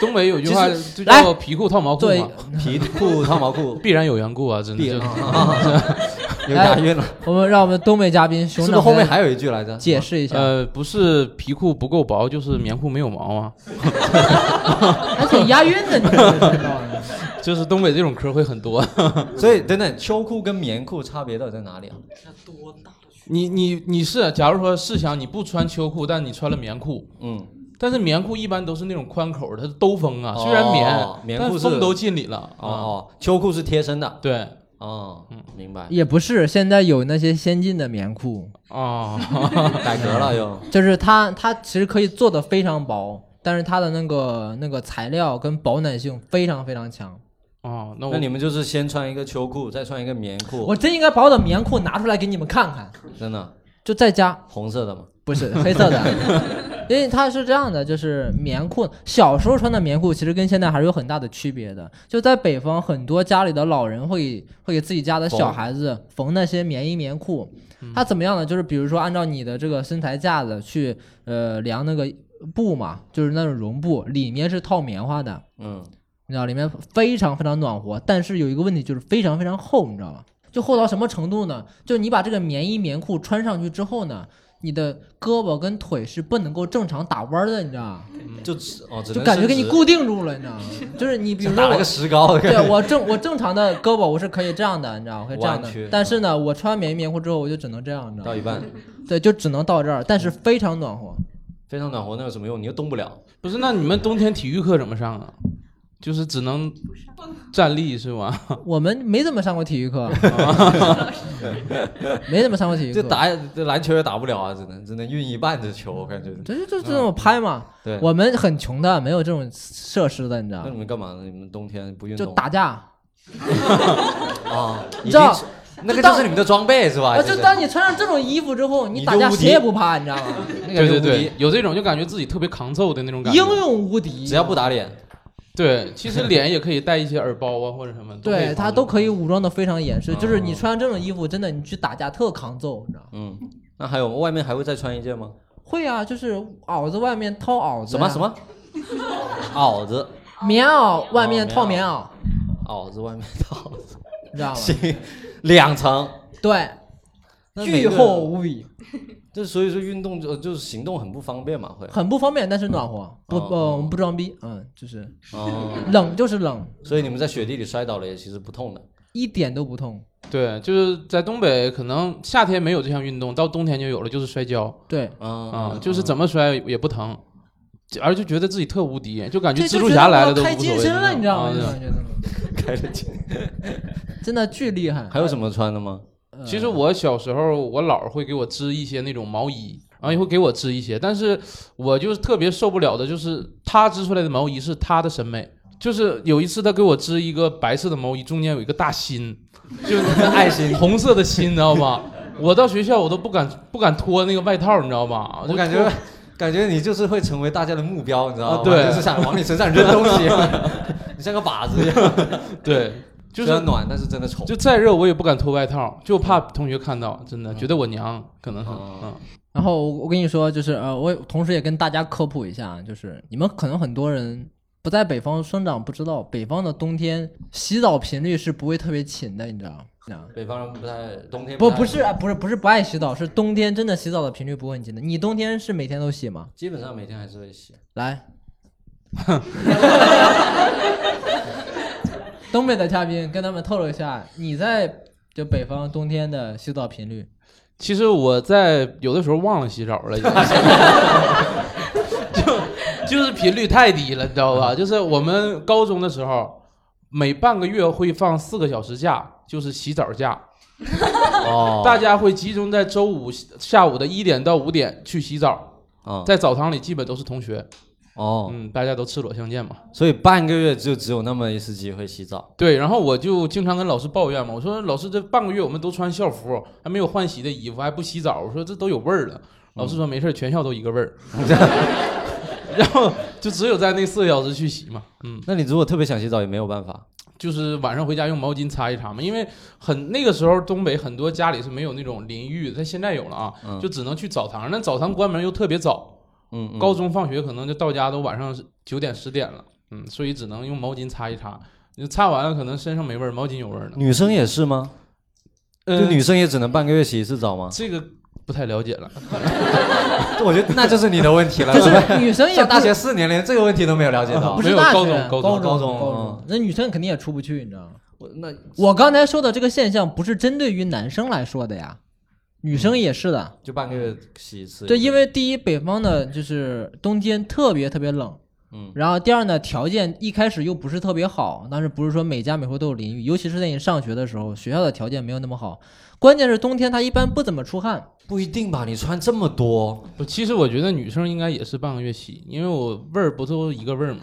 Speaker 3: 东北有句话就
Speaker 1: 来
Speaker 3: 叫皮裤套毛裤
Speaker 1: 对
Speaker 3: 嘛，，
Speaker 2: 皮裤、套毛裤。
Speaker 3: 必然有缘故啊，真的
Speaker 2: 闭
Speaker 3: 就
Speaker 2: 了， 有押韵了。
Speaker 1: 我们让我们东北嘉宾哎熊
Speaker 2: 是不
Speaker 1: 掌
Speaker 2: 是后面
Speaker 1: 来
Speaker 2: 还有一句来着？
Speaker 1: 解释一下，
Speaker 3: 呃，不是皮裤不够薄，就是棉裤没有毛啊，
Speaker 1: 还挺押韵的，你知道吗？
Speaker 3: 就是东北这种嗑会很多。
Speaker 2: 所以等等，秋裤跟棉裤差别到底在哪里啊？
Speaker 3: 你你你是，假如说试想你不穿秋裤，但你穿了棉裤，
Speaker 2: 嗯，
Speaker 3: 但是棉裤一般都是那种宽口的，它是兜风啊，虽然棉，
Speaker 2: 哦棉
Speaker 3: 但
Speaker 2: 裤是
Speaker 3: 风都进里了
Speaker 2: 哦，哦，秋裤是贴身的。
Speaker 3: 对，
Speaker 2: 哦，
Speaker 3: 嗯
Speaker 2: 明白。
Speaker 1: 也不是，现在有那些先进的棉裤，
Speaker 3: 哦，
Speaker 2: 改革了又。
Speaker 1: 就是它它其实可以做的非常薄，但是它的那个那个材料跟保暖性非常非常强。
Speaker 3: 哦，那我
Speaker 2: 那你们就是先穿一个秋裤，再穿一个棉裤
Speaker 1: 我，真应该把我的棉裤拿出来给你们看看，
Speaker 2: 真的
Speaker 1: 就在家，
Speaker 2: 红色的吗？
Speaker 1: 不是黑色的。因为它是这样的，就是棉裤，小时候穿的棉裤其实跟现在还是有很大的区别的。就在北方，很多家里的老人会给会给自己家的小
Speaker 2: 缝
Speaker 1: 孩子缝那些棉衣棉裤，它怎么样呢？就是比如说按照你的这个身材架子去呃量那个布嘛，就是那种绒布，里面是套棉花的，
Speaker 2: 嗯，
Speaker 1: 你知道，里面非常非常暖和，但是有一个问题就是非常非常厚，你知道吧？就厚到什么程度呢？就你把这个棉衣棉裤穿上去之后呢，你的胳膊跟腿是不能够正常打弯的，你知道吗？
Speaker 2: 就只哦，只
Speaker 1: 就
Speaker 2: 能
Speaker 1: 感觉给你
Speaker 2: 伸直
Speaker 1: 固定住了，你知 道吗？就是你比如
Speaker 2: 像
Speaker 1: 说
Speaker 2: 打了
Speaker 1: 我
Speaker 2: 个，石膏的感
Speaker 1: 对啊
Speaker 2: 觉。
Speaker 1: 我正我正常的胳膊我是可以这样的，你知道吗？我可以这样的
Speaker 2: 弯曲，嗯
Speaker 1: 但是呢，我穿完棉衣棉裤之后我就只能这样，你知道
Speaker 2: 到一
Speaker 1: 吗？
Speaker 2: 半，
Speaker 1: 对，就只能到这儿，但
Speaker 2: 嗯
Speaker 1: 是非常暖 和。
Speaker 2: 非常暖和，那有什么用？你又动不了。
Speaker 3: 不是，那你们冬天体育课怎么上啊？就是只能站立是吧？
Speaker 1: 我们没怎么上过体育 课，没怎么上过体育课，
Speaker 2: 这打这篮球也打不了啊，只能只能运一半的球，我感觉。
Speaker 1: 这就就这么拍嘛。
Speaker 2: 对，
Speaker 1: 我们很穷的，没有这种设施的，你知道
Speaker 2: 那
Speaker 1: 吗
Speaker 2: 你？们干嘛呢？你们冬天不运
Speaker 1: 就
Speaker 2: 动？
Speaker 1: 打架，
Speaker 2: 啊，已
Speaker 1: 你知道
Speaker 2: 经那个就是你们哦的装备是吧？
Speaker 1: 啊，
Speaker 2: 其实
Speaker 1: 就当你穿上这种衣服之后，你
Speaker 2: 你
Speaker 1: 打
Speaker 2: 就
Speaker 1: 架
Speaker 2: 无
Speaker 1: 谁
Speaker 2: 敌
Speaker 1: 也不怕，你知道吗？
Speaker 2: 那个
Speaker 3: 对
Speaker 2: 就
Speaker 3: 对
Speaker 2: 无敌
Speaker 3: 对，，有这种就感觉自己特别抗揍的那种感
Speaker 1: 英
Speaker 3: 觉。
Speaker 1: 勇无敌，
Speaker 2: 只要不打脸，
Speaker 3: 对，其实脸也可以带一些耳包啊或者什么，都可
Speaker 1: 对
Speaker 3: 以防
Speaker 1: 他
Speaker 3: 住
Speaker 1: 都可以武装的非常严实，就是
Speaker 2: 嗯
Speaker 1: 你穿上这种衣服，真的你去打架特抗揍，你知道吗？
Speaker 2: 嗯，那还有外面还会再穿一件吗？
Speaker 1: 会啊，就是袄子外面掏袄子
Speaker 2: 什
Speaker 1: 呀，
Speaker 2: 么什 么？袄子，
Speaker 1: 棉袄外面
Speaker 2: 哦
Speaker 1: 套棉
Speaker 2: 棉
Speaker 1: 袄，
Speaker 2: 袄子外面套，
Speaker 1: 你知道 吗？
Speaker 2: 行，两层，
Speaker 1: 对，
Speaker 2: 那每
Speaker 1: 巨
Speaker 2: 个
Speaker 1: 厚。无比，
Speaker 2: 就所以说运动就就是行动很不方便嘛，会。
Speaker 1: 很不方便，但是暖和，不
Speaker 2: 哦
Speaker 1: 不
Speaker 2: 哦
Speaker 1: 我们不装逼，嗯，就是
Speaker 2: 哦，
Speaker 1: 冷就是冷，
Speaker 2: 所以你们在雪地里摔倒了也其实不痛的。
Speaker 1: 一点都不痛，
Speaker 3: 对，就是在东北，可能夏天没有这项运动，到冬天就有了，就是摔跤
Speaker 1: 对。
Speaker 2: 嗯
Speaker 3: 啊、就是怎么摔也不疼。而就觉得自己特无敌，啊就感觉
Speaker 1: 这
Speaker 3: 蜘
Speaker 1: 就
Speaker 3: 蛛
Speaker 1: 觉得
Speaker 3: 侠来
Speaker 1: 我
Speaker 3: 了都无
Speaker 1: 开
Speaker 3: 所
Speaker 1: 金
Speaker 3: 谓
Speaker 1: 身了，
Speaker 3: 那
Speaker 1: 你知
Speaker 3: 种
Speaker 1: 道吗？
Speaker 3: 啊
Speaker 1: 就
Speaker 3: 对
Speaker 1: 感觉真的
Speaker 2: 开了镜。
Speaker 1: 真的巨厉害。
Speaker 2: 还有什么穿的吗？
Speaker 1: 呃
Speaker 3: 其实我小时候，我姥儿会给我织一些那种毛衣，然后也会给我织一些，但是我就是特别受不了的，就是她织出来的毛衣是她的审美。就是有一次，她给我织一个白色的毛衣，中间有一个大心， 就是那个爱心，红色的心，你知道吗？我到学校我都不敢不敢脱那个外套，你知道吗？
Speaker 2: 我哦感
Speaker 3: 就
Speaker 2: 觉
Speaker 3: 脱，
Speaker 2: 感觉你就是会成为大家的目标，你知道吗？
Speaker 3: 啊对
Speaker 2: 就是想往你身上扔东西， 你像个靶子一样。
Speaker 3: 对，就
Speaker 2: 虽然
Speaker 3: 是
Speaker 2: 暖，但是真的丑。
Speaker 3: 就再热我也不敢脱外套，就怕同学看到，真的觉得我娘，可能是
Speaker 2: 嗯哦
Speaker 3: 嗯。
Speaker 1: 然后我我跟你说，就是呃，我也同时也跟大家科普一下，啊就是你们可能很多人不在北方生长，不知道北方的冬天洗澡频率是不会特别勤的，你知道吗？啊
Speaker 2: 北方人不太冬天
Speaker 1: 不
Speaker 2: 太
Speaker 1: 不是啊不是不是不爱洗澡，是冬天真的洗澡的频率不会很勤的。你冬天是每天都洗吗？
Speaker 2: 基本上每天还是会洗。
Speaker 1: 来，东北的嘉宾跟他们透露一下，你在就北方冬天的洗澡频率。
Speaker 3: 其实我在有的时候忘了洗澡了，已经 就就是频率太低了，你知道吧？就是我们高中的时候，每半个月会放四个小时假，就是洗澡假，
Speaker 2: 哦
Speaker 3: 大家会集中在周五下午的一点到五点去洗澡，
Speaker 2: 啊
Speaker 3: 在澡堂里基本都是同学，
Speaker 2: 哦，
Speaker 3: 嗯，大家都赤裸相见嘛。
Speaker 2: 所以半个月就只有那么一次机会洗澡。
Speaker 3: 对，然后我就经常跟老师抱怨嘛，我说老师这半个月我们都穿校服，还没有换洗的衣服，还不洗澡，我说这都有味儿了。老
Speaker 2: 嗯
Speaker 3: 师说没事儿，全校都一个 味儿，然后就只有在那四个小时去洗嘛，嗯，
Speaker 2: 那你如果特别想洗澡也没有办法。
Speaker 3: 就是晚上回家用毛巾擦一擦嘛，因为很那个时候东北很多家里是没有那种淋浴的，但现在有了啊，
Speaker 2: 嗯
Speaker 3: 就只能去澡堂，那澡堂关门又特别早，
Speaker 2: 嗯，嗯
Speaker 3: 高中放学可能就到家都晚上九点十点了，嗯，所以只能用毛巾擦一擦，擦完了可能身上没味儿，毛巾有味儿呢。
Speaker 2: 女生也是吗？就
Speaker 3: 嗯
Speaker 2: 女生也只能半个月洗一次澡吗？
Speaker 3: 这个不太了解了。
Speaker 2: 我觉得那就是嗯你的问题了。
Speaker 1: 就
Speaker 2: 怎么
Speaker 1: 是女生也
Speaker 2: 上
Speaker 1: 不
Speaker 2: 大学四年连这个问题都没有了解到
Speaker 1: 不。是
Speaker 3: 没有
Speaker 1: 大学，
Speaker 3: 高中高
Speaker 1: 中，
Speaker 3: 中
Speaker 1: 高中
Speaker 2: 高中
Speaker 1: 那女生肯定也出不去，你知道吗？
Speaker 2: 我那
Speaker 1: 我刚才说的这个现象不是针对于男生来说的呀，女生也是的。
Speaker 2: 就半个月洗一次。
Speaker 1: 对，因为第一，北方的就是冬天特别特别冷，
Speaker 2: 嗯
Speaker 1: 然后第二呢，条件一开始又不是特别好，但是不是说每家每户都有淋浴，尤其是在你上学的时候，学校的条件没有那么好。关键是冬天它一般不怎么出汗，
Speaker 2: 不一定吧？你穿这么多，
Speaker 3: 不，其实我觉得女生应该也是半个月洗，因为我味儿不都一个味 儿吗？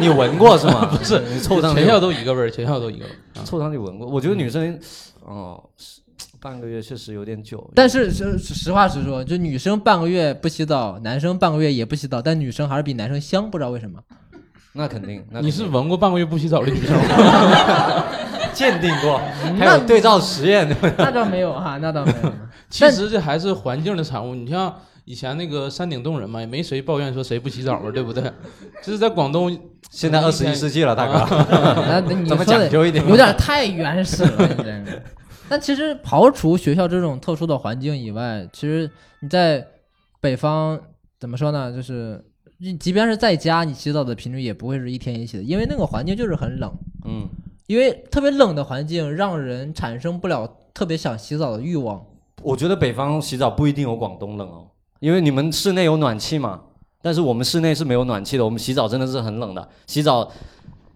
Speaker 2: 你闻过是吗？ 不是，你凑上去
Speaker 3: 全校都一个味儿，全校都一个味儿。啊
Speaker 2: 凑上去闻过。我觉得女生，哦，是半个月确实有点久。
Speaker 1: 但是实实话实说，就女生半个月不洗澡，男生半个月也不洗澡，但女生还是比男生香，不知道为什么。
Speaker 2: 那肯定，那肯定
Speaker 3: 你是闻过半个月不洗澡的女生 吗？
Speaker 2: 鉴定过，嗯还
Speaker 1: 嗯那
Speaker 2: 有对照实验。
Speaker 1: 那倒没有哈、那倒没 有。
Speaker 3: 其实这还是环境的产物。你像以前那个山顶洞人嘛，也没谁抱怨说谁不洗澡啊，对不对？ 就是在广东，
Speaker 2: 现在二十一世纪了，大哥，
Speaker 1: 那那嗯你 说
Speaker 2: 咱们
Speaker 1: 的
Speaker 2: 讲究一 点
Speaker 1: 有点太原始了，你这个。但其实刨除学校这种特殊的环境以外，其实你在北方怎么说呢？就是你即便是在家，你洗澡的频率也不会是一天一洗的，因为那个环境就是很冷，
Speaker 2: 嗯，
Speaker 1: 因为特别冷的环境让人产生不了特别想洗澡的欲望。
Speaker 2: 我觉得北方洗澡不一定有广东冷哦，因为你们室内有暖气嘛，但是我们室内是没有暖气的，我们洗澡真的是很冷的。洗澡，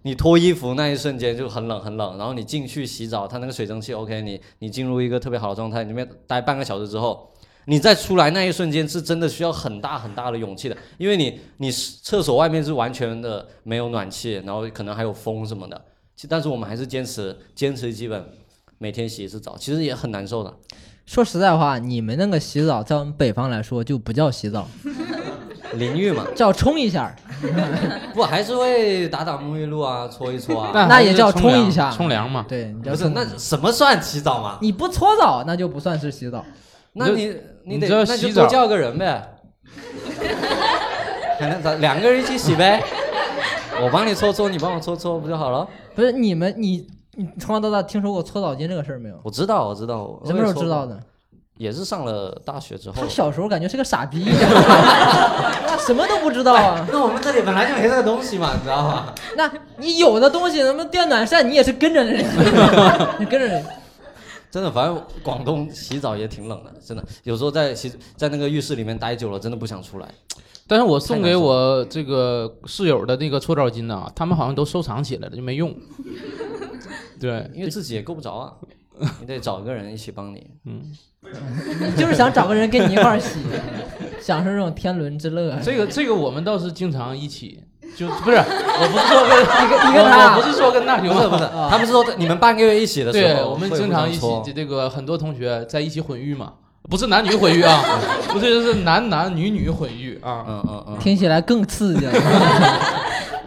Speaker 2: 你脱衣服那一瞬间就很冷很冷，然后你进去洗澡，它那个水蒸气，OK，你你进入一个特别好的状态，你里面待半个小时之后。你再出来那一瞬间是真的需要很大很大的勇气的，因为你你厕所外面是完全的没有暖气，然后可能还有风什么的，其但是我们还是坚持坚持基本每天洗一次澡，其实也很难受的。
Speaker 1: 说实在话，你们那个洗澡，在我们北方来说就不叫洗澡，
Speaker 2: 淋浴嘛，
Speaker 1: 叫冲一下儿。
Speaker 2: 不还是会打打沐浴露啊，搓一 搓啊。
Speaker 3: 那
Speaker 1: 那
Speaker 3: 还
Speaker 1: 也
Speaker 3: 是
Speaker 1: 叫
Speaker 3: 冲
Speaker 1: 冲一
Speaker 3: 凉
Speaker 1: 下
Speaker 3: 冲凉嘛。
Speaker 1: 对，你叫
Speaker 2: 不是，
Speaker 1: 冲
Speaker 2: 那什么算洗澡嘛？
Speaker 1: 你不搓澡，那就不算是洗澡。
Speaker 2: 那你你得
Speaker 3: 你知道
Speaker 2: 那就
Speaker 3: 洗澡
Speaker 2: 多叫个人呗，还能咋两个人一起洗呗？ 我帮你搓搓，你帮我搓搓不就好了？
Speaker 1: 不是你们，你你从小到大听说过搓澡巾这个事儿没有？
Speaker 2: 我知道，我知道，我
Speaker 1: 什么时候
Speaker 2: 也搓
Speaker 1: 知道
Speaker 2: 过？
Speaker 1: 的？
Speaker 2: 也是上了大学之后
Speaker 1: 他。小时候感觉是个傻逼一样，他什么都不知道啊。
Speaker 2: 那我们这里本来就没这个东西嘛，你知道吧？
Speaker 1: 那你有的东西，什么电暖扇，你也是跟着人家，你跟着人家。
Speaker 2: 真的，反正广东洗澡也挺冷的，真的。有时候在洗在那个浴室里面待久了，真的不想出来。
Speaker 3: 但是我送给我这个室友的那个搓澡巾呐、他们好像都收藏起来了，就没用。 对，
Speaker 2: 因为自己也够不着啊，你得找个人一起帮你。
Speaker 1: 就是想找个人跟你一块儿洗，享受这种天伦之乐。
Speaker 3: 这个这个我们倒是经常一起，就不是，我不是说跟
Speaker 1: 你 跟你
Speaker 3: 我
Speaker 1: 跟他
Speaker 3: 我哦不是说跟大熊
Speaker 2: 不是不是，
Speaker 1: 啊
Speaker 2: 他们是说你们半个月一起的时
Speaker 3: 对
Speaker 2: 候，
Speaker 3: 我们
Speaker 2: 会
Speaker 3: 经
Speaker 2: 互
Speaker 3: 常
Speaker 2: 相
Speaker 3: 一起
Speaker 2: 搓
Speaker 3: 这这个很多同学在一起混浴嘛，不是男女混浴 啊，不是是男男女女混浴啊，
Speaker 2: 嗯嗯嗯，
Speaker 1: 听起来更刺激了。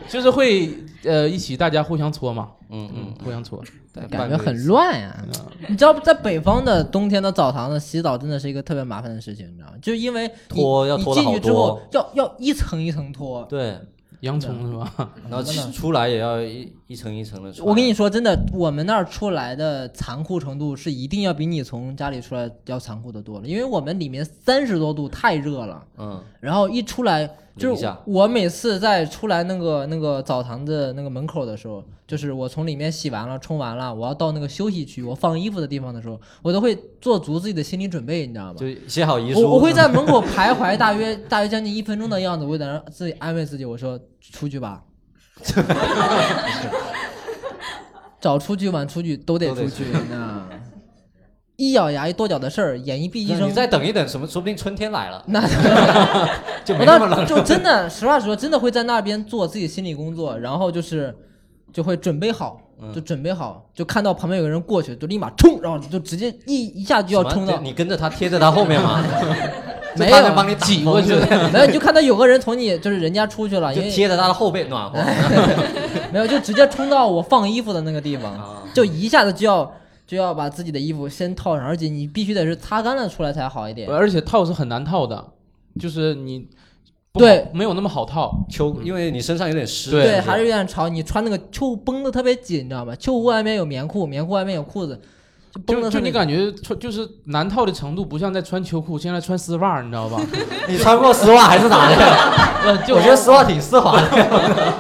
Speaker 3: 就是会呃一起大家互相搓嘛，
Speaker 2: 嗯
Speaker 3: 嗯，互相搓。
Speaker 2: 嗯，
Speaker 1: 感觉很乱啊呀、你知道在北方的冬天的澡堂子洗澡真的是一个特别麻烦的事情，你知道吗？就因为你
Speaker 2: 脱要
Speaker 1: 你
Speaker 2: 脱得
Speaker 1: 进去
Speaker 2: 好
Speaker 1: 之后
Speaker 2: 多
Speaker 1: 要要一层一层脱。
Speaker 2: 对，
Speaker 3: 洋葱是吧？
Speaker 2: 然后其出来也要一一层一层的穿。
Speaker 1: 我跟你说，真的，我们那儿出来的残酷程度是一定要比你从家里出来要残酷的多了，因为我们里面三十多度太热了，
Speaker 2: 嗯，
Speaker 1: 然后一出来就
Speaker 2: 零
Speaker 1: 是
Speaker 2: 下
Speaker 1: 我每次在出来那个那个澡堂子那个门口的时候，就是我从里面洗完了、冲完了，我要到那个休息区，我放衣服的地方的时候，我都会做足自己的心理准备，你知道吗？
Speaker 2: 就写好遗书。嗯
Speaker 1: 我我会在门口徘徊大约大约将近一分钟的样子，我会在那儿自己安慰自己，我说出去吧， 早出去晚出去都得
Speaker 2: 都得
Speaker 1: 出去呢。一咬牙一跺脚的事儿，眼一闭一
Speaker 2: 那
Speaker 1: 睁
Speaker 2: 你，再等一等，什么说不定春天来了，
Speaker 1: 那
Speaker 2: 就
Speaker 1: 我
Speaker 2: 没那么
Speaker 1: 那
Speaker 2: 冷。
Speaker 1: 就真的，实话实说，真的会在那边做自己心理工作，然后就是就会准备好，
Speaker 2: 嗯
Speaker 1: 就准备好，就看到旁边有个人过去，就立马冲，然后就直接一一下就要
Speaker 2: 什么
Speaker 1: 冲到，
Speaker 2: 你跟着他贴着他后面吗？就
Speaker 1: 没
Speaker 2: 他
Speaker 1: 有
Speaker 2: 能帮你
Speaker 3: 挤过去
Speaker 2: 挡风
Speaker 1: 没有，你就看到有个人从你就是人家出去了，
Speaker 2: 就
Speaker 1: 因
Speaker 2: 就
Speaker 1: 为
Speaker 2: 贴着他的后背暖和。
Speaker 1: 哎没有，就直接冲到我放衣服的那个地方
Speaker 2: 啊，
Speaker 1: 就一下子就要就要把自己的衣服先套上，而且你必须得是擦干了出来才好一点。
Speaker 3: 而且套是很难套的，就是你不
Speaker 1: 对
Speaker 3: 好没有那么好套。
Speaker 2: 秋，因为你身上有点湿，
Speaker 3: 对
Speaker 1: 对，
Speaker 2: 不
Speaker 1: 还是有点潮。你穿那个秋绷的特别紧，你知道吗？秋裤外面有棉裤，棉裤外面有裤子，就绷
Speaker 3: 就
Speaker 1: 的特
Speaker 3: 就你
Speaker 1: 别。
Speaker 3: 感觉穿就是难套的程度，不像在穿秋裤，现在穿丝袜，你知 道吧？
Speaker 2: 你穿过丝袜还是哪的？
Speaker 3: 呃，就
Speaker 2: 我觉得丝袜挺丝滑的，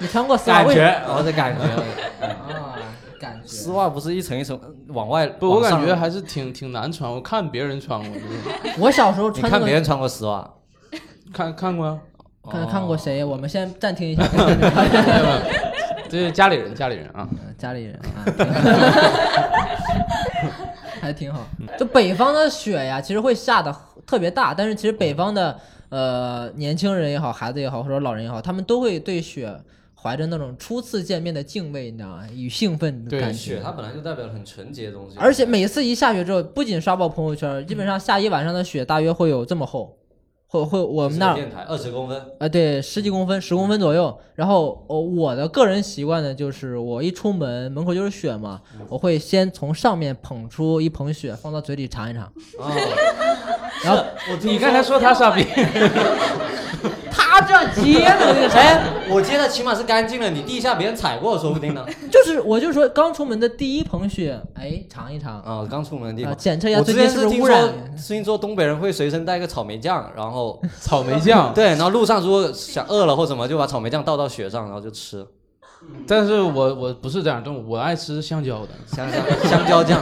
Speaker 1: 你穿过丝袜
Speaker 2: 感
Speaker 1: 为什
Speaker 2: 觉
Speaker 1: 么？
Speaker 2: 我的感觉。
Speaker 1: 啊，感觉
Speaker 2: 丝袜不是一层一层往外，
Speaker 3: 不，我
Speaker 2: 往上
Speaker 3: 感觉还是挺挺难穿。我看别人穿过，就是
Speaker 1: 我小时候
Speaker 2: 你
Speaker 1: 穿那
Speaker 2: 看
Speaker 1: 个
Speaker 2: 别人穿过丝袜，
Speaker 3: 看看过啊。
Speaker 1: 看
Speaker 2: 哦
Speaker 1: 看过谁？我们先暂停一下，
Speaker 3: 这是家里人，家里人啊，
Speaker 1: 家里人啊，挺好还挺好。就北方的雪呀，其实会下的特别大，但是其实北方的呃年轻人也好，孩子也好，或者老人也好，他们都会对雪怀着那种初次见面的敬畏，你知道吗？与兴奋的
Speaker 3: 对
Speaker 1: 感
Speaker 2: 雪
Speaker 1: 觉。
Speaker 2: 它本来就代表了很纯洁的东西，
Speaker 1: 而且每次一下雪之后，不仅刷爆朋友圈，基本上下一晚上的雪大约会有这么厚，会会我们那
Speaker 2: 这
Speaker 1: 儿
Speaker 2: 个电台二十公 分，
Speaker 1: 啊，对，十几公分，十公分左右。然后我、我的个人习惯呢，就是我一出门，门口就是雪嘛，我会先从上面捧出一捧雪，放到嘴里尝一尝。
Speaker 2: 啊，
Speaker 1: 然后
Speaker 2: 我听
Speaker 3: 你刚才说他傻逼，
Speaker 1: 他这样接的那个谁，
Speaker 2: 哎我接的起码是干净的，你地下别人踩过，说不 定呢。
Speaker 1: 就是我就说刚出门的第一捧雪，哎，尝一尝。
Speaker 2: 啊，刚出门的地
Speaker 1: 啊，
Speaker 2: 方。
Speaker 1: 检测一下
Speaker 2: 我之
Speaker 1: 最近
Speaker 2: 前
Speaker 1: 是不是
Speaker 2: 是听
Speaker 1: 污
Speaker 2: 说
Speaker 1: 染？，
Speaker 2: 听说东北人会随身带个草莓酱，然后
Speaker 3: 草莓酱。
Speaker 2: 对，然后路上如果想饿了或什么，就把草莓酱倒到雪上，然后就吃
Speaker 3: 但是我我不是这样，但我爱吃香蕉的。
Speaker 2: 香香香蕉 酱，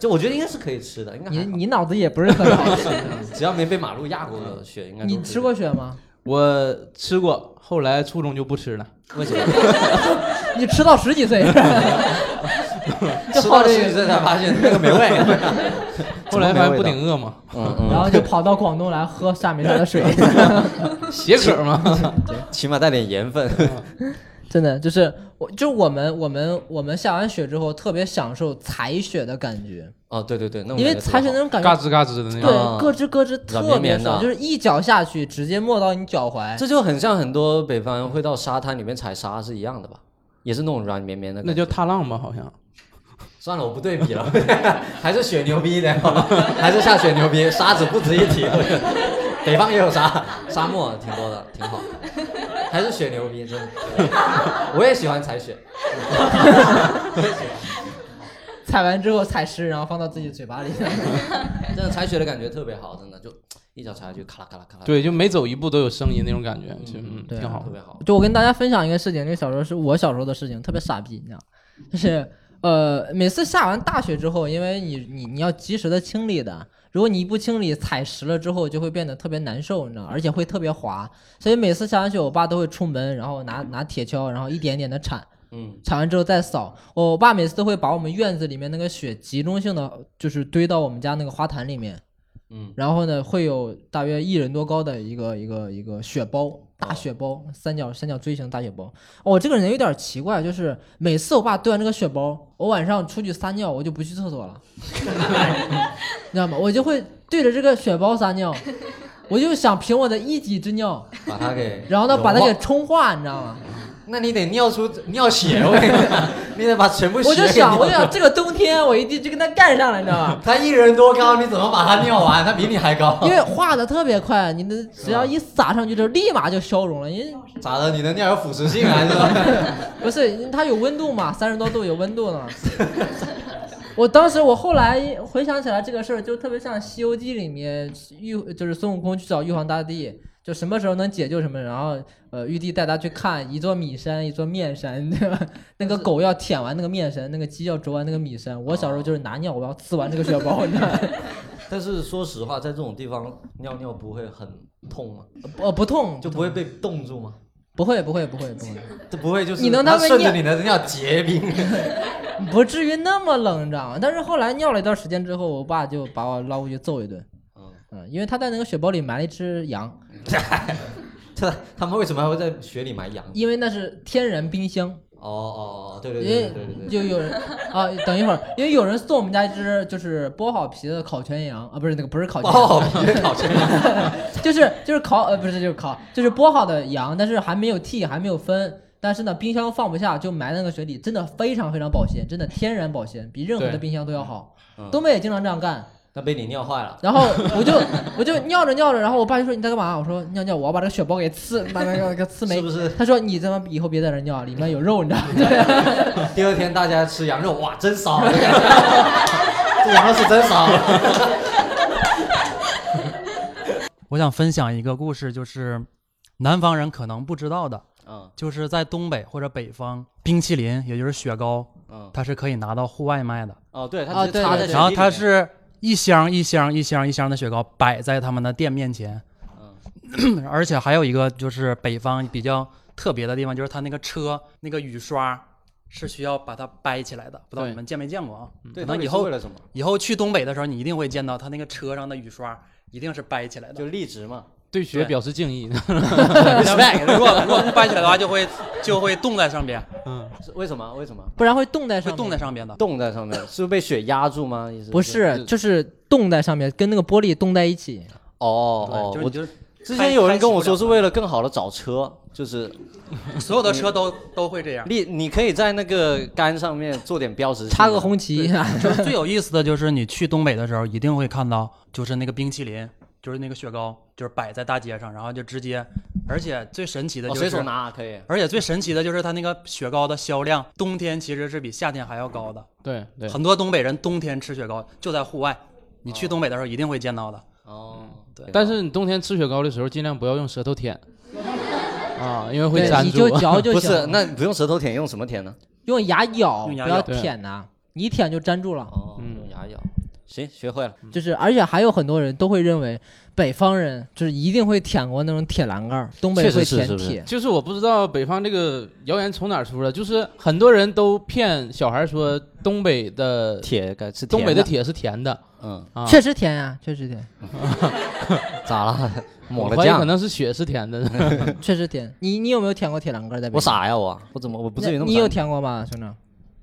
Speaker 2: 就我觉得应该是可以吃的，应该
Speaker 1: 你
Speaker 2: 还好嗯
Speaker 1: 你脑子也不是很好使。
Speaker 2: 只要没被马路压过的雪，应该都
Speaker 1: 你
Speaker 2: 可以
Speaker 1: 吃过雪吗？
Speaker 3: 我吃过，后来初中就不吃了。
Speaker 2: 为什么？
Speaker 1: 你吃到十几 岁？ 就
Speaker 2: 吃
Speaker 1: 好
Speaker 2: 到
Speaker 1: 这
Speaker 2: 吃
Speaker 1: 个
Speaker 2: 才发现那个没味。
Speaker 3: 后来发现不顶饿嘛，
Speaker 2: 嗯
Speaker 1: 然后就跑到广东来喝下面山的水。
Speaker 3: 解渴 嘛。
Speaker 2: 嗯，起码带点盐分。
Speaker 1: 真的就是我，就我们我们我们下完雪之后，特别享受踩雪的感觉，
Speaker 2: 哦，对对对，那种
Speaker 1: 因为
Speaker 2: 感觉
Speaker 1: 踩雪
Speaker 2: 特
Speaker 1: 那
Speaker 2: 别好
Speaker 1: 种感
Speaker 3: 嘎
Speaker 1: 觉，
Speaker 3: 吱嘎吱的
Speaker 1: 对
Speaker 3: 那种。
Speaker 2: 啊，
Speaker 1: 咯吱咯吱，特
Speaker 2: 软
Speaker 1: 别
Speaker 2: 绵绵的
Speaker 1: 爽，就是一脚下去，直接没到你脚踝。
Speaker 2: 这就很像很多北方会到沙滩里面踩沙是一样的吧？也是那种软绵绵的感
Speaker 3: 那
Speaker 2: 觉。
Speaker 3: 叫踏浪吧，好像。
Speaker 2: 算了，我不对比了， 还是雪牛逼一点好吧？ 还是下雪牛逼，沙子不值一提。我觉得北方也有沙，沙漠挺多的，挺好。还是雪牛逼，真的。 我也喜欢踩雪，
Speaker 1: 踩完之后踩湿，然后放到自己嘴巴里。
Speaker 2: 真的踩雪的感觉特别好，真的就一脚踩下去，咔啦咔啦咔啦。
Speaker 3: 对，就每走一步都有声音那种感觉，就嗯
Speaker 1: 对啊
Speaker 3: 挺好
Speaker 2: 特。别好。
Speaker 1: 就我跟大家分享一个事情，这个小时候是我小时候的事情，特别傻逼，你知道，就是。呃，每次下完大雪之后，因为你你你要及时的清理的，如果你一不清理，踩实了之后就会变得特别难受，你知道，而且会特别滑。所以每次下完雪，我爸都会出门，然后拿拿铁锹，然后一点点的铲，
Speaker 2: 嗯，
Speaker 1: 铲完之后再扫。我爸每次都会把我们院子里面那个雪集中性的，就是堆到我们家那个花坛里面。
Speaker 2: 嗯，
Speaker 1: 然后呢，会有大约一人多高的一个一个一个雪包，大雪包，三角三角锥形大雪包。我、这个人有点奇怪，就是每次我爸堆完这个雪包，我晚上出去撒尿，我就不去厕所了， 你知道吗？我就会对着这个雪包撒尿，我就想凭我的一己之尿，
Speaker 2: 把它给，
Speaker 1: 然后呢把它给，冲化，你知道吗？
Speaker 2: 那你得尿出尿血，我跟你讲，你得把全部 血
Speaker 1: 我
Speaker 2: 给
Speaker 1: 就想，
Speaker 2: 尿
Speaker 1: 我就想这个冬天我一定就跟他干上了，你知道吗？
Speaker 2: 他一人多高，你怎么把他尿完？他比你还高
Speaker 1: 因为化的特别快，你的只要一撒上去之后，立马就消融了，因为
Speaker 2: 咋的？你的尿有腐蚀性啊还是 吧？
Speaker 1: 不是，它有温度嘛，三十多度有温度呢。 我当时，我后来回想起来这个事儿，就特别像《西游记》里面玉，就是孙悟空去找玉皇大帝，就什么时候能解救什么，然后呃，玉帝带他去看一座米山，一座面山， 对吧？那个狗要舔完那个面山，那个鸡要啄完那个米山。我小时候就是拿尿，我要呲完这个血包，你知道吗？
Speaker 2: 但是说实话，在这种地方尿尿不会很痛吗？
Speaker 1: 呃，不痛，
Speaker 2: 就不会被冻住吗？
Speaker 1: 不会，不会，不会，不会。
Speaker 2: 这不会就是
Speaker 1: 你能
Speaker 2: 它
Speaker 1: 当个
Speaker 2: 顺着
Speaker 1: 尿
Speaker 2: 你的尿结冰？
Speaker 1: 不至于那么冷张，但是后来尿了一段时间之后，我爸就把我捞过去揍一顿。
Speaker 2: 嗯
Speaker 1: 嗯，因为他在那个雪包里埋了一只羊，
Speaker 2: 这他们为什么还会在雪里埋羊？
Speaker 1: 因为那是天然冰箱。
Speaker 2: 哦哦哦，对对
Speaker 1: 因
Speaker 2: 对
Speaker 1: 为
Speaker 2: 对对对对，
Speaker 1: 就有人啊，等一会儿，因为有人送我们家一只就是剥好皮的烤全羊啊，不是那个不是烤全羊，
Speaker 2: 哦，皮的烤全羊，
Speaker 1: 就是就是烤呃不是就是烤就是剥好的羊，但是还没有剔还没有分，但是呢冰箱放不下就埋在那个水里，真的非常非常保鲜，真的天然保鲜，比任何的
Speaker 3: 对
Speaker 1: 冰箱都要好。
Speaker 2: 嗯
Speaker 1: 东北也经常这样干，
Speaker 2: 那被你尿坏了。
Speaker 1: 然后我就我就尿着尿着，然后我爸就说你在干嘛？我说尿尿，我要把这个血包给刺，把那个给刺没。
Speaker 2: 是不是
Speaker 1: 他说你他妈以后别在这儿尿，里面有肉，你知道吗？ 对
Speaker 2: 第二天大家吃羊肉，哇，真 骚！这个这羊肉是真骚。
Speaker 5: 我想分享一个故事，就是南方人可能不知道的，
Speaker 2: 嗯
Speaker 5: 就是在东北或者北方，冰淇淋也就是雪糕，
Speaker 2: 嗯，
Speaker 5: 它是可以拿到户外卖的。
Speaker 2: 哦，对，它
Speaker 1: 啊
Speaker 2: 直接插
Speaker 1: 对
Speaker 2: 在
Speaker 1: 对
Speaker 2: 雪
Speaker 5: 然后
Speaker 2: 地
Speaker 5: 它
Speaker 2: 里
Speaker 5: 是一箱一箱一箱一箱的雪糕摆在他们的店面前，
Speaker 2: 嗯
Speaker 5: 而且还有一个就是北方比较特别的地方，就是它那个车那个雨刷是需要把它掰起来的，不知道
Speaker 3: 对
Speaker 5: 你们见没见过啊？
Speaker 2: 面，嗯
Speaker 5: 可
Speaker 2: 对，
Speaker 5: 能
Speaker 2: 那
Speaker 5: 以
Speaker 2: 以
Speaker 5: 后
Speaker 2: 后为了什么？
Speaker 5: 以后去东北的时候，你一定会见到它那个车上的雨刷一定是掰起来的
Speaker 2: 就。立直嘛。
Speaker 3: 对雪
Speaker 5: 对
Speaker 3: 表示敬意。
Speaker 5: respect，如果如果掰起来的话，就会就会冻在上边，
Speaker 3: 嗯，
Speaker 2: 是为什么？为什么？
Speaker 1: 不然会冻在
Speaker 5: 会
Speaker 1: 上面。
Speaker 5: 冻在上边的。
Speaker 2: 冻在上面，是不是被雪压住吗？意思
Speaker 1: 不是，就是冻在上面，跟那个玻璃冻在一起。
Speaker 2: 哦
Speaker 5: 对
Speaker 2: 哦，
Speaker 5: 就
Speaker 2: 我
Speaker 5: 是你就是
Speaker 2: 之前有人跟我说
Speaker 5: 开
Speaker 2: 是为了更好的找车，就是
Speaker 5: 所有的车都都会这样。
Speaker 2: 立，你可以在那个杆上面做点标识，
Speaker 1: 插个。红旗，
Speaker 5: 就是 最有意思的就是你去东北的时候，一定会看到，就是那个冰淇淋，就是那个雪糕，就是摆在大街上，然后就直接，而且最神奇的
Speaker 2: 我
Speaker 5: 就是，
Speaker 2: 哦随手拿可以。
Speaker 5: 而且最神奇的就是它那个雪糕的销量，冬天其实是比夏天还要高的。
Speaker 3: 对对，
Speaker 5: 很多东北人冬天吃雪糕就在户外，你去东北的时候一定会见到的。
Speaker 2: 哦，对
Speaker 3: 但是你冬天吃雪糕的时候，尽量不要用舌头 舔，啊，因为会
Speaker 1: 对
Speaker 3: 粘
Speaker 1: 你
Speaker 3: 住
Speaker 1: 就。 嚼就
Speaker 2: 不
Speaker 1: 行，
Speaker 2: 是，那你不用舌头舔，用什么舔呢？
Speaker 1: 用牙咬，不
Speaker 5: 用牙
Speaker 1: 要
Speaker 5: 咬
Speaker 1: 舔呐、你一舔就粘住了。
Speaker 2: 哦，
Speaker 3: 嗯
Speaker 2: 用牙咬。行，学会
Speaker 5: 嗯
Speaker 2: 了。
Speaker 1: 就是，而且还有很多人都会认为北方人就是一定会舔过那种铁栏杆儿，东北
Speaker 2: 确实
Speaker 1: 会
Speaker 2: 是
Speaker 1: 舔
Speaker 2: 是不是
Speaker 1: 铁。
Speaker 3: 就是我不知道北方这个谣言从哪儿出的，就是很多人都骗小孩说东北的
Speaker 2: 铁该是
Speaker 3: 东北的
Speaker 2: 甜
Speaker 3: 铁是甜的
Speaker 2: 的，嗯，
Speaker 3: 啊，
Speaker 1: 确实甜呀、确实甜。
Speaker 2: 咋 了？抹
Speaker 3: 我
Speaker 2: 了
Speaker 3: 怀疑可
Speaker 2: 酱？
Speaker 3: 能是雪是甜的。
Speaker 1: 确实甜。你你有没有舔过铁栏杆儿在北京？
Speaker 2: 我傻呀我，我怎么我不至于那么
Speaker 1: 你有
Speaker 2: 傻
Speaker 1: 舔过吗，兄长？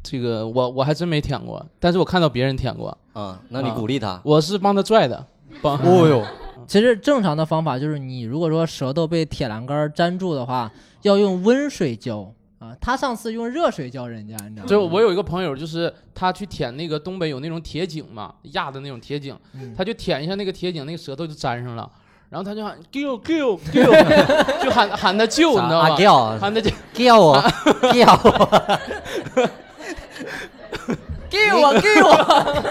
Speaker 3: 这个我我还真没舔过，但是我看到别人舔过，
Speaker 2: 嗯，那你
Speaker 3: 啊
Speaker 2: 鼓励他。
Speaker 3: 我是帮他拽的，帮
Speaker 2: 哦哟，
Speaker 1: 其实正常的方法就是，你如果说舌头被铁栏杆儿粘住的话，要用温水浇啊。他上次用热水浇人家，你知道吗？
Speaker 3: 就我有一个朋友，就是他去舔那个东北有那种铁井嘛，压的那种铁井，
Speaker 1: 嗯
Speaker 3: 他就舔一下那个铁井，那个舌头就粘上了，然后他就喊救救救， 就喊喊他救，你知道
Speaker 2: 啊
Speaker 3: 吧？
Speaker 2: 叫
Speaker 3: 喊他救，
Speaker 2: 叫我叫我，
Speaker 1: 给我给我，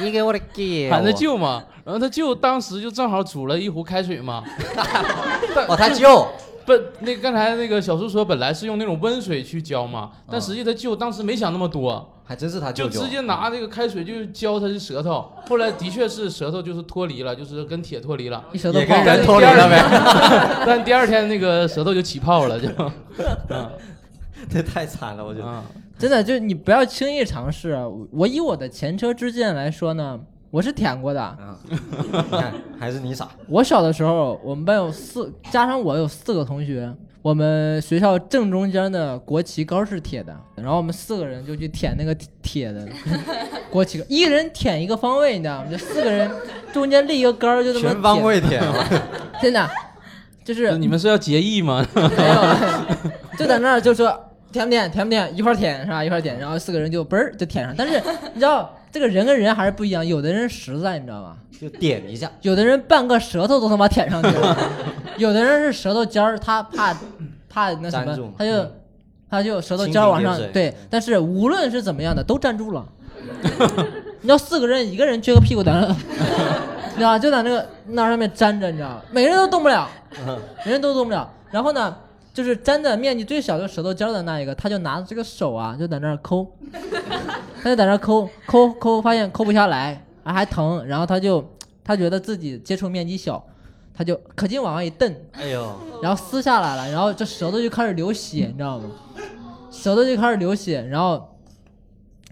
Speaker 2: 你给我的叫
Speaker 3: 喊他救嘛，然后他救当时就正好煮了一壶开水嘛，
Speaker 2: 哦，他救，
Speaker 3: 本那刚才那个小叔说，本来是用那种温水去浇嘛，但实际他舅当时没想那么多，
Speaker 2: 还真是他舅
Speaker 3: 嗯就
Speaker 2: 舅，
Speaker 3: 直接拿这个开水就浇他的舌头。后来的确是舌头就是脱离了，就是跟铁脱 离了。
Speaker 1: 一舌头
Speaker 2: 也
Speaker 1: 泡
Speaker 2: 跟
Speaker 1: 了
Speaker 2: 人脱离了呗，
Speaker 3: 但第二天那个舌头就起泡 了，就，嗯
Speaker 2: 这太惨了，我觉得。
Speaker 3: 嗯，
Speaker 1: 真的，就是你不要轻易尝试。我以我的前车之鉴来说呢，我是舔过的。
Speaker 2: 啊， 你看还是你傻，
Speaker 1: 我小的时候，我们班有四，加上我有四个同学，我们学校正中间的国旗杆是铁的，然后我们四个人就去舔那个铁铁的国旗杆，一人舔一个方位，你知道吗？就四个人中间立一个杆儿，就这么
Speaker 2: 全方
Speaker 1: 舔，
Speaker 2: 位舔，
Speaker 1: 真的，就是
Speaker 3: 那你们是要结义吗？
Speaker 1: 没有， 就在那儿就说舔不舔，舔不舔，一块儿舔是吧？一块儿舔，然后四个人就嘣儿就舔上。但是你知道，这个人跟人还是不一样，有的人实在，你知道吧？
Speaker 2: 就点一下，
Speaker 1: 有的人半个舌头都他妈舔上去 了，有的人是舌头尖儿，他怕怕那什
Speaker 2: 粘住嗯
Speaker 1: 么
Speaker 2: 嘛，
Speaker 1: 他就他就舌头
Speaker 2: 蜻
Speaker 1: 尖儿
Speaker 2: 蜓
Speaker 1: 往
Speaker 2: 点
Speaker 1: 上
Speaker 2: 水
Speaker 1: 对。但是无论是怎么样的，都站住 了。你知道四个人，一个人撅个屁股在那， 你知道吧就在那个那儿上面粘着，你知道吗每个人都动不了，每个人都动不了。然后呢，就是粘的面积最小，就舌头尖儿的那一个，他就拿着这个手啊，就在那儿抠，他就在那儿抠抠抠，发现抠不下来，啊还疼，然后他就他觉得自己接触面积小，他就可劲往上一蹬，
Speaker 2: 哎呦，
Speaker 1: 然后撕下来了，然后这舌头就开始流血，你知道吗？舌头就开始流血，然后，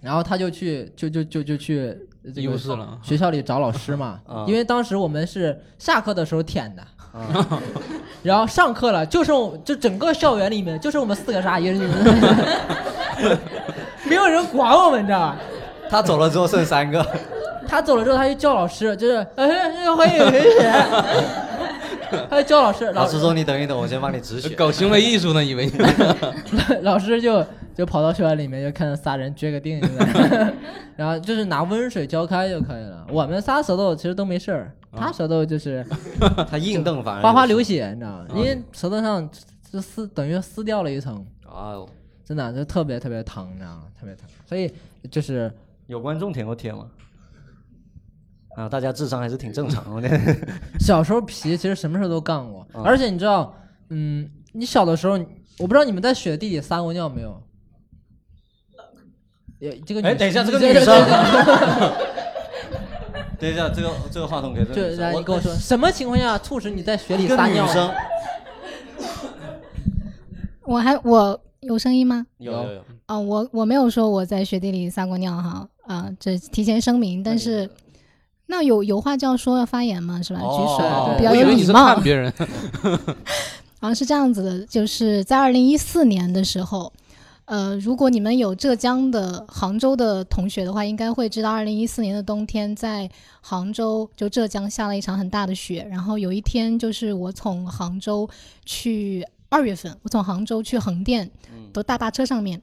Speaker 1: 然后他就去就就就就去这
Speaker 3: 医务
Speaker 1: 个
Speaker 3: 室了
Speaker 1: 学校里找老师嘛
Speaker 2: 啊，
Speaker 1: 因为当时我们是下课的时候舔的， 然后上课了，就剩我就整个校园里面就剩我们四个傻一个人就，没有人管我们，你知道吧？
Speaker 2: 他走了之后剩三个，
Speaker 1: 他走了之后，他就叫老师，就是哎哎哎欢迎谁谁，他就叫老师，
Speaker 2: 老
Speaker 1: 老
Speaker 2: 师说你等一等，我先帮你止血，
Speaker 3: 搞行为艺术呢，以为你 们
Speaker 1: 老师就就跑到校园里面，就看到仨人撅个腚，就在那儿 然后就是拿温水浇开就可以了。我们仨舌头其实都没事儿，他舌头就是
Speaker 2: 他硬瞪反而
Speaker 1: 哗哗
Speaker 2: 有
Speaker 1: 流
Speaker 2: 事，
Speaker 1: 血，你知道吗？因为舌头上就撕等于撕掉了一层，
Speaker 2: 哎呦，
Speaker 1: 真的就特别特别疼，你知道吗？特别疼。所以就是
Speaker 2: 有观众舔过铁吗？啊，大家智商还是挺正常的，
Speaker 1: 小时候皮其实什么事儿都干过，
Speaker 2: 嗯
Speaker 1: 而且你知道，嗯，你小的时候，我不知道你们在雪地里撒过尿没有？也这个女
Speaker 2: 哎等一下这个
Speaker 1: 对
Speaker 2: 女
Speaker 1: 对对
Speaker 2: 生
Speaker 1: 对
Speaker 2: 等一下，这个这个话筒给这
Speaker 1: 就
Speaker 2: 个女
Speaker 1: 来
Speaker 2: 生，
Speaker 1: 你跟我说，什么情况下促使你在雪里
Speaker 2: 一个
Speaker 1: 撒尿
Speaker 2: 女
Speaker 1: 啊？
Speaker 2: 生
Speaker 6: 我还我有声音吗？
Speaker 2: 有有有，
Speaker 6: 啊、我我没有说我在雪地里撒过尿哈，啊、这提前声明。但是，那有有话就要说要发言嘛，是吧？举手、
Speaker 2: 哦
Speaker 6: 比
Speaker 3: 我
Speaker 6: 较
Speaker 3: 以
Speaker 6: 有
Speaker 3: 为你
Speaker 6: 礼
Speaker 3: 是
Speaker 6: 貌
Speaker 3: 看。别人。
Speaker 6: 好啊像是这样子的，就是在二零一四年的时候，呃，如果你们有浙江的、杭州的同学的话，应该会知道，二零一四年的冬天，在杭州就浙江下了一场很大的雪。然后有一天，就是我从杭州去二月份，我从杭州去横店
Speaker 2: 嗯，
Speaker 6: 都大巴车上面。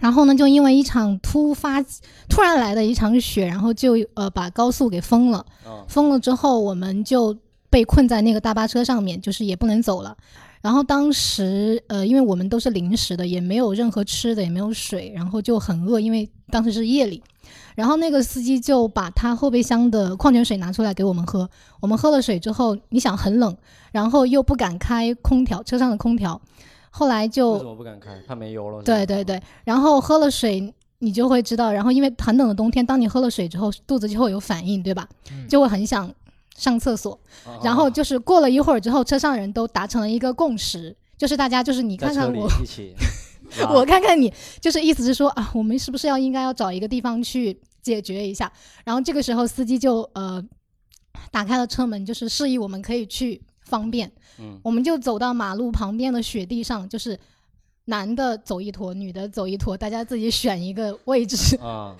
Speaker 6: 然后呢，就因为一场突发、突然来的一场雪，然后就呃把高速给封了。
Speaker 2: 嗯
Speaker 6: 封了之后，我们就被困在那个大巴车上面，就是也不能走了。然后当时，呃，因为我们都是临时的，也没有任何吃的，也没有水，然后就很饿，因为当时是夜里。然后那个司机就把他后备箱的矿泉水拿出来给我们喝，我们喝了水之后，你想很冷，然后又不敢开空调，车上的空调，后来
Speaker 2: 为
Speaker 6: 就
Speaker 2: 什么不敢啊开？怕没油了。是吧
Speaker 6: 对对，对，然后喝了水，你就会知道。然后因为很冷的冬天，当你喝了水之后，肚子就会有反应，对吧？
Speaker 2: 嗯
Speaker 6: 就会很想上厕所。
Speaker 2: 啊
Speaker 6: 然
Speaker 2: 啊
Speaker 6: 后
Speaker 2: 啊
Speaker 6: 就是过了一会儿之后，车上人都达成了一个共识，就是大家就是你
Speaker 2: 在
Speaker 6: 看
Speaker 2: 车
Speaker 6: 看
Speaker 2: 里啊
Speaker 6: 我，，
Speaker 2: 一起啊
Speaker 6: 我看看你，就是意思是说啊，我们是不是要应该要找一个地方去解决一下？然后这个时候司机就呃打开了车门，就是示意我们可以去方便。
Speaker 2: 嗯
Speaker 6: 我们就走到马路旁边的雪地上，就是男的走一坨，女的走一坨，大家自己选一个位置。
Speaker 2: 啊，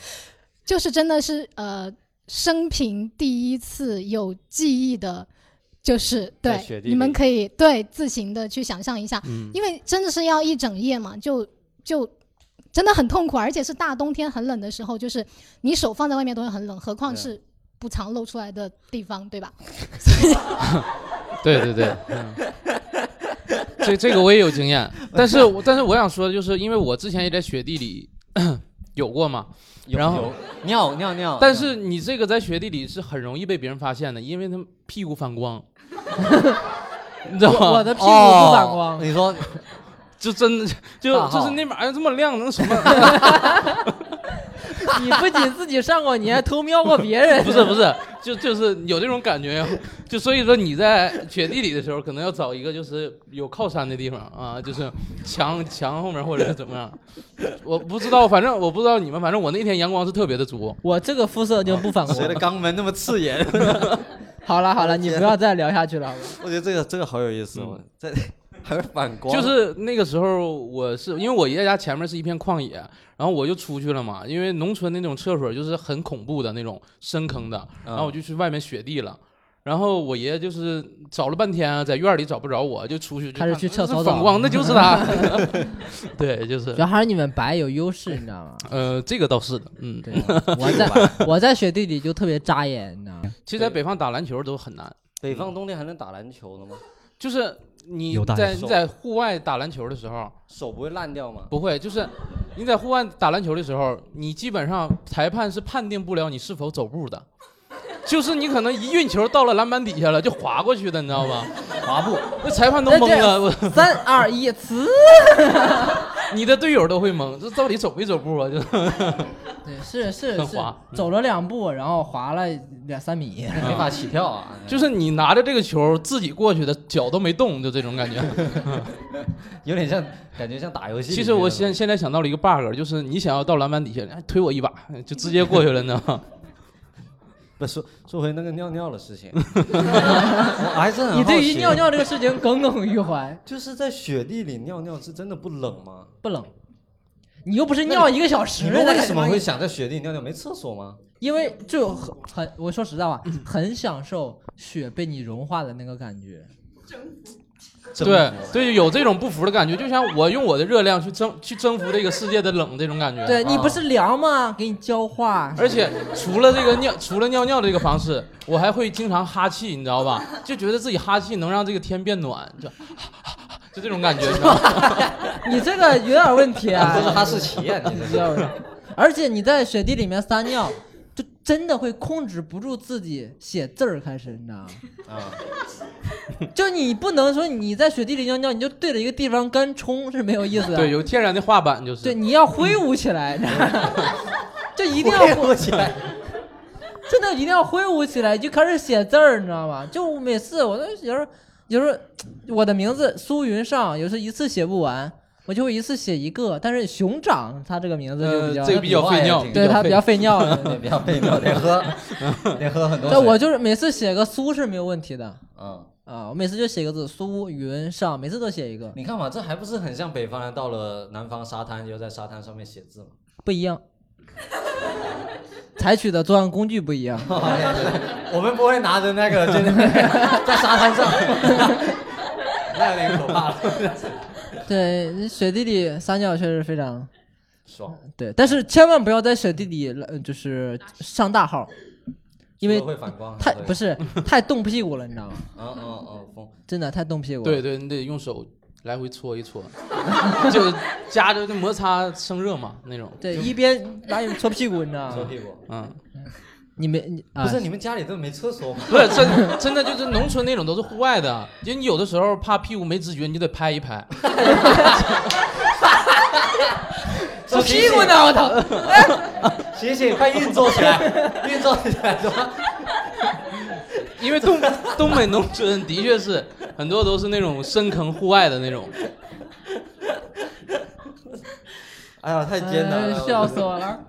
Speaker 6: 就是真的是呃，生平第一次有记忆的，就是
Speaker 2: 在
Speaker 6: 对
Speaker 2: 雪，地
Speaker 6: 你们
Speaker 2: 里
Speaker 6: 可以对自行的去想象一下，
Speaker 3: 嗯，
Speaker 6: 因为真的是要一整夜嘛，就就真的很痛苦，而且是大冬天很冷的时候，就是你手放在外面都会很冷，何况
Speaker 2: 对啊
Speaker 6: 是不常露出来的地方，对吧？
Speaker 3: 对对对，嗯、这这个我也有经验，但是我但是我想说的就是，因为我之前也在雪地里 有过嘛，
Speaker 2: 有
Speaker 3: 然后
Speaker 2: 有尿尿尿，嗯
Speaker 3: 但是你这个在雪地里是很容易被别人发现的，因为他们屁股反光。 你知道吗？
Speaker 1: 我我的屁股不反光
Speaker 2: 哦你 说
Speaker 3: 就真的就
Speaker 1: 大号
Speaker 3: 就是那哎玩意儿这么亮，能什么？
Speaker 1: 你不仅自己上过，你还偷瞄过别人。
Speaker 3: 不是不是，就就是有这种感觉呀。就所以说你在雪地里的时候，可能要找一个就是有靠山的地方啊，就是墙墙后面或者是怎么样。我不知道，反正我不知道你们，反正我那天阳光是特别的足。
Speaker 1: 我这个肤色就不反光
Speaker 2: 谁的。肛门那么刺眼？
Speaker 1: 好了好了，你不要再聊下去了。好吧
Speaker 2: 我觉得这个这个好有意思哦，这 还会反光，
Speaker 3: 嗯就是那个时候，我是因为我爷爷家前面是一片旷野，然后我就出去了嘛，因为农村那种厕所就是很恐怖的那种深坑的，
Speaker 2: 嗯
Speaker 3: 然啊后我就去外面雪地了。然后我爷爷就是找了半天啊，在院里找不着我，就出去就
Speaker 1: 开始
Speaker 3: 看
Speaker 1: 去
Speaker 3: 嗯
Speaker 1: 厕
Speaker 3: 是
Speaker 1: 所找
Speaker 3: 反光，那就是他。 对，就是
Speaker 1: 主要还是你们白有优势，你知道吗？
Speaker 3: 呃，这个倒是的，嗯，
Speaker 1: 对，我在我在雪地里就特别扎眼，你知道吗？
Speaker 3: 其实在北方打篮球都很难，
Speaker 2: 北方冬天还能打篮球呢吗？
Speaker 3: 嗯就是你
Speaker 5: 有大
Speaker 3: 在
Speaker 5: 有
Speaker 2: 小
Speaker 3: 你在户外打篮球的时候，
Speaker 2: 手不会烂掉吗？
Speaker 3: 不会，就是你在户外打篮球的时候，你基本上裁判是判定不了你是否走步的，就是你可能一运球到了篮板底下了就滑过去的，你知道吗？
Speaker 2: 滑步，
Speaker 3: 那裁判都懵了，我
Speaker 1: 三二一，呲！
Speaker 3: 你的队友都会懵，这到底走没走步啊？就是
Speaker 1: 对，是是
Speaker 3: 很
Speaker 1: 是
Speaker 3: 滑，嗯
Speaker 1: 走了两步，然后滑了两三米。
Speaker 2: 没法起跳啊！
Speaker 3: 就是你拿着这个球自己过去的，脚都没动，就这种感觉。
Speaker 2: 有点像，感觉像打游戏里面的。
Speaker 3: 其实我现现在想到了一个 bug，就是你想要到篮板底下，哎推我一把，就直接过去了，你知道吗？
Speaker 2: 不说说回那个尿尿的事 情，我还是很
Speaker 1: 你对于
Speaker 2: 好奇
Speaker 1: 尿尿这个事情耿耿于怀，
Speaker 2: 就是在雪地里尿尿是真的不冷吗？
Speaker 1: 不冷。你又不是尿一个小时
Speaker 2: 你
Speaker 1: 了，
Speaker 2: 们
Speaker 1: 在
Speaker 2: 为
Speaker 1: 干
Speaker 2: 什么
Speaker 1: 嘛
Speaker 2: 会想在雪地尿尿？没厕所吗？
Speaker 1: 因为就很很，我说实在话，
Speaker 2: 嗯
Speaker 1: 很享受雪被你融化的那个感觉。
Speaker 3: 对对，有这种不服的感觉，就像我用我的热量去征去征服这个世界的冷这种感觉。
Speaker 2: 啊
Speaker 3: 啊
Speaker 1: 对你不是凉吗？给你浇 化。
Speaker 3: 而且除了这个尿，除了尿尿的这个方式，我还会经常哈气，你知道吧？就觉得自己哈气能让这个天变暖，就 就这种感觉，你知道吗？
Speaker 1: 你这个有点问题啊
Speaker 2: 这是。哈士奇 啊！你这是
Speaker 1: 就是 而且你在雪地里面撒尿，就真的会控制不住自己写字儿，开始你知道吗？
Speaker 2: 啊，
Speaker 1: 就你不能说你在雪地里尿尿，你就对着一个地方干冲是没有意思的。
Speaker 3: 对，有天然的画板就是。
Speaker 1: 啊对，你要挥舞起来， 你知道吗就一定要挥
Speaker 2: 过起来。
Speaker 1: 真的一定要挥舞起来，就开始写字儿，你知道吗？就每次我都有时候，有时候我的名字苏云上，有时候一次写不完，我就会一次写一个。但是熊掌它这个名字就比较，
Speaker 3: 呃这个比较费尿，
Speaker 1: 对它比较
Speaker 3: 费。
Speaker 1: 费尿。 对
Speaker 2: 不要被尿，得 喝，得喝很多
Speaker 1: 但
Speaker 2: 水。
Speaker 1: 我就是每次写个苏是没有问题的
Speaker 2: 嗯，
Speaker 1: 啊，我每次就写个字苏云上，每次都写一个，
Speaker 2: 你看嘛，这还不是很像北方人到了南方沙滩就在沙滩上面写 字嘛？
Speaker 1: 不一样。采取的作案工具不一样，
Speaker 2: 我们不会拿着那个，就是 那个在 沙滩上，那有点可怕了。
Speaker 1: 对雪地里撒尿确实非常
Speaker 2: 爽，
Speaker 1: 对，但是千万不要在雪地里呃就是上大号，因为
Speaker 2: 除了会反光，
Speaker 1: 太
Speaker 2: 还会
Speaker 1: 不，是太冻屁股了，你知道吗？
Speaker 2: 嗯嗯嗯，风
Speaker 1: 真的太冻屁股了。
Speaker 3: 对，对，你得用手来回搓一搓， 就夹着就摩擦生热嘛那种。
Speaker 1: 对，一边把你搓屁股，你知道
Speaker 2: 遮
Speaker 1: 吗？
Speaker 2: 屁股。
Speaker 3: 嗯，
Speaker 1: 你没你啊
Speaker 2: 不是你们家里都没厕所吗？
Speaker 3: 不是真真的就是农村那种都是户外的，就你有的时候怕屁股没知觉，你就得拍一拍。
Speaker 1: 搓屁股呢？我操！
Speaker 2: 醒醒，快运作起来，运作起来是 吧？
Speaker 3: 因为东东北农村的确是很多都是那种深坑户外的那种，
Speaker 2: 哎呀，太艰难了，
Speaker 1: 哎笑死我了。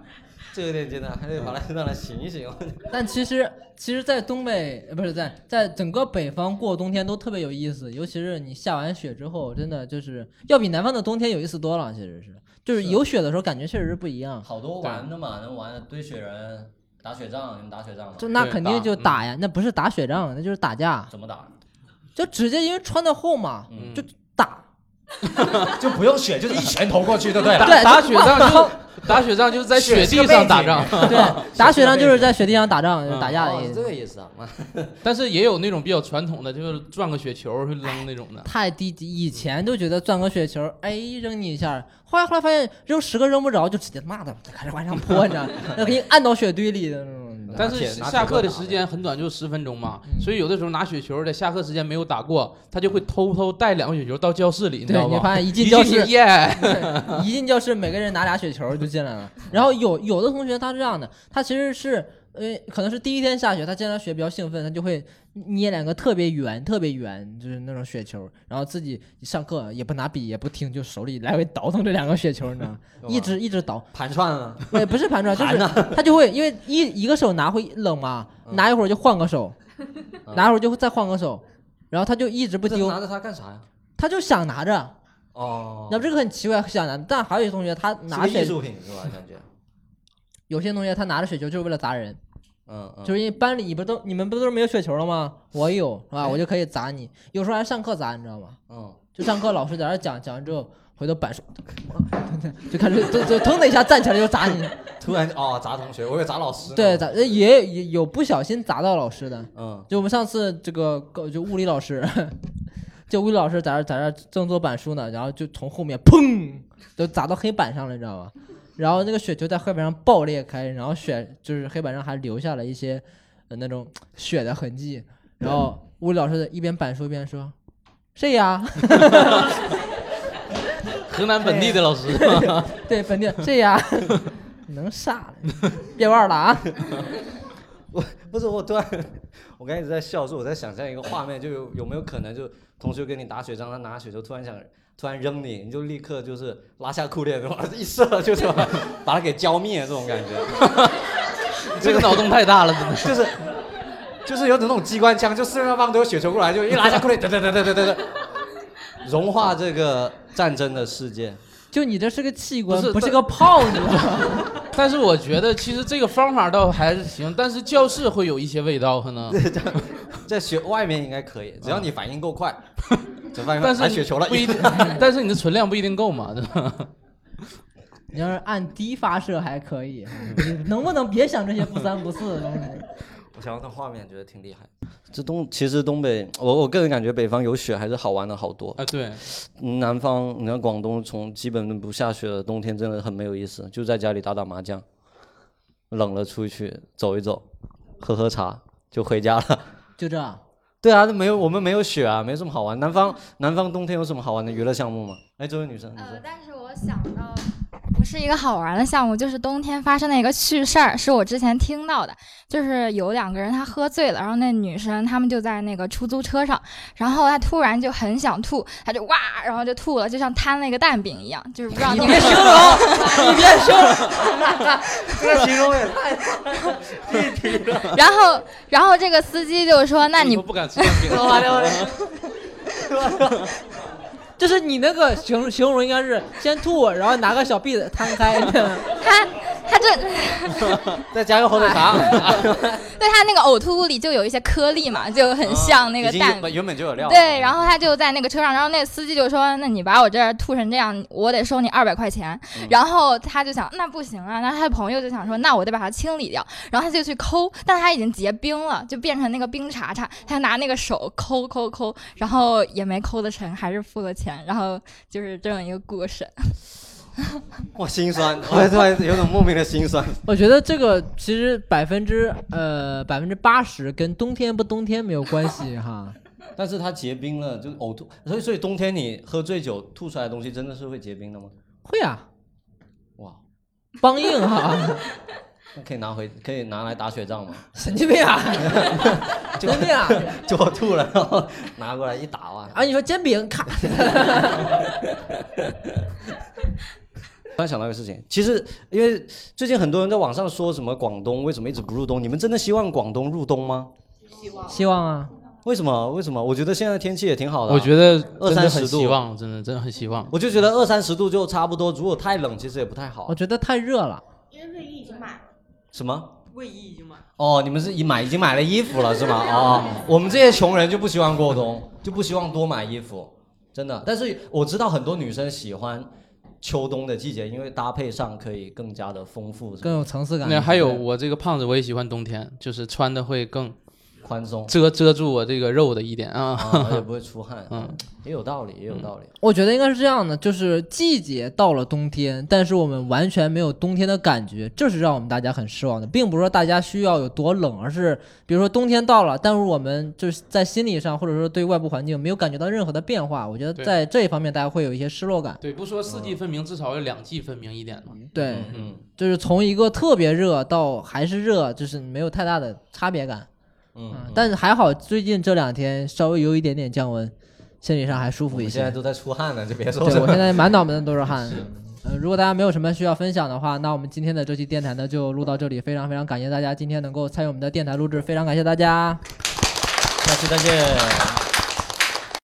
Speaker 2: 这有点艰难，还得把它让它醒一醒。
Speaker 1: 但其实，其实，在东北呃不是在在整个北方过冬天都特别有意思，尤其是你下完雪之后，真的就是要比南方的冬天有意思多了。其实是，就是
Speaker 2: 是
Speaker 1: 有雪的时候感觉确实是不一样。
Speaker 2: 好多玩的嘛，能玩堆雪人、打雪仗，你们打雪仗吗？
Speaker 1: 就那
Speaker 3: 对
Speaker 1: 肯
Speaker 3: 打
Speaker 1: 定就
Speaker 3: 嗯
Speaker 1: 打呀，那不是打雪仗，那就是打架，
Speaker 2: 怎么打？
Speaker 1: 就直接因为穿的厚嘛，
Speaker 2: 嗯
Speaker 1: 就 打。
Speaker 2: 就不用雪，就是一拳头过去，对不对
Speaker 3: 打
Speaker 1: 对
Speaker 3: 打
Speaker 1: 就
Speaker 3: 雪仗就打雪仗就是在雪地上打仗，
Speaker 1: 对，打雪仗就是在雪地上打仗，就是打架
Speaker 3: 嗯
Speaker 1: 的意
Speaker 2: 这
Speaker 1: 思。
Speaker 2: 个意思啊，妈
Speaker 3: 但是也有那种比较传统的，就是转个雪球去扔那种的。
Speaker 1: 太低级，以前就觉得转个雪球，哎，扔你一下，后来后来 发现扔十个扔不着，就直接骂他，开始往上泼，你知道吗，要给你按到雪堆里的那种。
Speaker 2: 拿
Speaker 3: 但是
Speaker 2: 铁拿
Speaker 3: 下
Speaker 2: 铁
Speaker 3: 课的
Speaker 2: 棍
Speaker 3: 时
Speaker 2: 打
Speaker 3: 间很短，就十分钟嘛，
Speaker 1: 嗯
Speaker 3: 所以有的时候拿雪球在下课时间没有打过，他就会偷偷带两个雪球到教室里，你知
Speaker 1: 对
Speaker 3: 道
Speaker 1: 你
Speaker 3: 吧？
Speaker 1: 发现一
Speaker 3: 一
Speaker 1: 进教
Speaker 3: 去
Speaker 1: 室，
Speaker 3: 耶，
Speaker 1: 一进教室每个人拿俩雪球就进来了。然后有有的同学他是这样的，他其实是呃可能是第一天下雪，他见到雪比较兴奋，他就会捏两个特别圆、特别圆，就是那种雪球，然后自己上课也不拿笔也不听，就手里来回倒腾这两个雪球，你知道 吗？
Speaker 2: 干嘛
Speaker 1: 一直一直倒，
Speaker 2: 盘串啊，
Speaker 1: 也不是盘 转，就是他就会因为一一个手拿会冷嘛，
Speaker 2: 嗯
Speaker 1: 拿一会儿就换个手，
Speaker 2: 嗯
Speaker 1: 拿一会儿就会再换个手，然后他就一直不
Speaker 2: 不
Speaker 1: 丢
Speaker 2: 拿，着它干啥呀？
Speaker 1: 他就想拿着，
Speaker 2: 哦，
Speaker 1: 那这个很奇怪，想拿。但还有一些同学他拿
Speaker 2: 是个
Speaker 1: 雪
Speaker 2: 艺，术品是吧？感觉，
Speaker 1: 有些同学他拿着雪球就是为了砸人，
Speaker 2: 嗯嗯，
Speaker 1: 就是因为班里不都你们不都是没有雪球了吗？我有是吧？
Speaker 2: 哎
Speaker 1: 我就可以砸你，有时候还上课砸，你知道吗？
Speaker 2: 嗯，
Speaker 1: 就上课老师在那儿讲讲完之后，回头板说，就开始就就腾的一下站起来就砸 你，
Speaker 2: 突然哦砸同学，我以为砸老师呢。
Speaker 1: 对砸也也也有不小心砸到老师的。
Speaker 2: 嗯
Speaker 1: 就我们上次这个高就物理老师， 就物理老师在这在这正做板书呢，然后就从后面砰就砸到黑板上了，你知道吗？然后那个雪球在黑板上爆裂开，然后雪就是黑板上还留下了一些、呃、那种血的痕迹。然后物理老师一边板书一边说：“谁呀？
Speaker 3: 河南本地的老师，
Speaker 1: 对，本地谁呀？ 能傻了， 别玩了啊！
Speaker 2: 不是，我突然，我刚才一直在笑，是我在想象一个画面，就有有没有可能，就同学跟你打雪仗，他拿雪球突然想突然扔你，你就立刻就是拉下裤链，往 一射就是把把他给浇灭，这种感觉，
Speaker 3: 这个脑洞太大了，真的。
Speaker 2: 就是就是有种那种机关枪，就四面八方都有雪球过来，就一拉下裤链，噔噔噔噔噔噔噔，融化这个战争的世界。
Speaker 1: 就你这是个器官，
Speaker 3: 不是
Speaker 1: 不是
Speaker 3: 但
Speaker 1: 个炮，你知道吗？
Speaker 3: 但是我觉得其实这个方法倒还是行，但是教室会有一些味道可能。
Speaker 2: 在雪外面应该可以，只要你反应够快， 就反应
Speaker 3: 但是
Speaker 2: 来雪球了
Speaker 3: 不， 一定，但是你的存量不一定够嘛，真的
Speaker 1: 你要是按低发射还可以，你能不能别想这些不三不四的东西？
Speaker 2: 我想到那画面，觉得挺厉害。这东其实东北，我我个人感觉北方有雪还是好玩的好多。
Speaker 3: 啊， 对，
Speaker 2: 嗯南方，你看广东从基本不下雪的冬天真的很没有意思，就在家里打打麻将，冷了出去走一走，喝喝茶就回家了。
Speaker 1: 就这样，
Speaker 2: 对啊，那没有我们没有雪啊，没什么好玩。南方南方冬天有什么好玩的娱乐项目吗？哎，这位女生，你
Speaker 7: 呃
Speaker 2: 说，
Speaker 7: 但是我想到不是一个好玩的项目，就是冬天发生的一个趣事儿，是我之前听到的，就是有两个人他喝醉了，然后那女生他们就在那个出租车上，然后她突然就很想吐，她就哇，然后就吐了，就像摊了一个蛋饼一样，就是不知
Speaker 2: 哎
Speaker 7: 道那个。
Speaker 1: 形容，你别形容，
Speaker 2: 这形容也
Speaker 7: 然后，然后这个司机就说：“那
Speaker 3: 以
Speaker 2: 哎
Speaker 7: 你
Speaker 3: 后不敢吃蛋 饼了。
Speaker 1: 就是你那个形形容应该是先吐，然后拿个小臂子摊开，
Speaker 7: 他他这
Speaker 2: 再加个火腿 肠，
Speaker 7: 对他那个呕吐物里就有一些颗粒嘛，就很像那个
Speaker 2: 啊已经
Speaker 7: 蛋
Speaker 2: 有原本就有料了。
Speaker 7: 对，然后他就在那个车上，然后那司机就说：“那你把我这儿吐成这样，我得收你二百块钱。然后他就想，那不行啊，那他的朋友就想说，那我得把它清理掉。然后他就去抠，但他已经结冰了，就变成那个冰碴碴。他拿那个手抠抠抠，然后也没抠得成，还是付了钱。然后就是这样一个故事。
Speaker 2: 哇，心酸，我突然有种莫名的心酸。
Speaker 1: 我觉得这个其实百分之呃百分之八十跟冬天不冬天没有关系哈。
Speaker 2: 但是它结冰了，就是呕吐，所以所以冬天你喝醉酒吐出来的东西真的是会结冰的吗？
Speaker 1: 会啊，
Speaker 2: 哇，
Speaker 1: 梆硬哈，
Speaker 2: 那可以拿回，可以拿来打雪仗吗？
Speaker 1: 神经病啊，神经病啊！
Speaker 2: 就我吐了，然后拿过来一打哇！
Speaker 1: 啊，你说煎饼，咔，
Speaker 2: 突然想到一个事情，其实因为最近很多人在网上说什么广东为什么一直不入冬，你们真的希望广东入冬吗？
Speaker 1: 希望啊，
Speaker 2: 为什么？为什么？我觉得现在天气也挺好的啊、
Speaker 3: 我觉得
Speaker 2: 二
Speaker 3: 真的
Speaker 2: 三
Speaker 3: 很
Speaker 2: 十度
Speaker 3: 希望，真的真的很希望。
Speaker 2: 我就觉得二三十度就差不多，如果太冷其实也不太好啊
Speaker 1: 我。觉得太热了。
Speaker 4: 因为卫衣已经买了，
Speaker 2: 什么？
Speaker 4: 卫衣已经买了。
Speaker 2: 哦，你们是已买已经买了衣服了是 吗？哦，我们这些穷人就不希望过冬，就不希望多买衣服，真的。但是我知道很多女生喜欢秋冬的季节，因为搭配上可以更加的丰富。是吗
Speaker 1: 更有层次感。
Speaker 3: 那还有我这个胖子，我也喜欢冬天，就是穿的会更
Speaker 2: 宽松，
Speaker 3: 遮遮住我这个肉的一点啊。
Speaker 2: 啊，也不会出汗，
Speaker 3: 嗯，
Speaker 2: 也有道理，也有道理。
Speaker 1: 我觉得应该是这样的，就是季节到了冬天，但是我们完全没有冬天的感觉，这是让我们大家很失望的，并不是说大家需要有多冷，而是比如说冬天到了，但是我们就是在心理上或者说对外部环境没有感觉到任何的变化，我觉得
Speaker 3: 对
Speaker 1: 在这一方面大家会有一些失落感。
Speaker 3: 对，不说四季分明，至少要两季分明一点嘛。
Speaker 1: 对，
Speaker 2: 嗯
Speaker 1: 就是从一个特别热到还是热，就是没有太大的差别感。
Speaker 2: 嗯
Speaker 1: 嗯，，但是还好最近这两天稍微有一点点降温，心理上还舒
Speaker 2: 我
Speaker 1: 服一
Speaker 2: 们
Speaker 1: 些。
Speaker 2: 现在都在出汗了，就别说
Speaker 1: 对我
Speaker 2: 了。
Speaker 1: 现在满脑门都是汗。呃，如果大家没有什么需要分享的话，那我们今天的这期电台呢就录到这里，非常非常感谢大家今天能够参与我们的电台录制，非常感谢大家。
Speaker 2: 下期再见。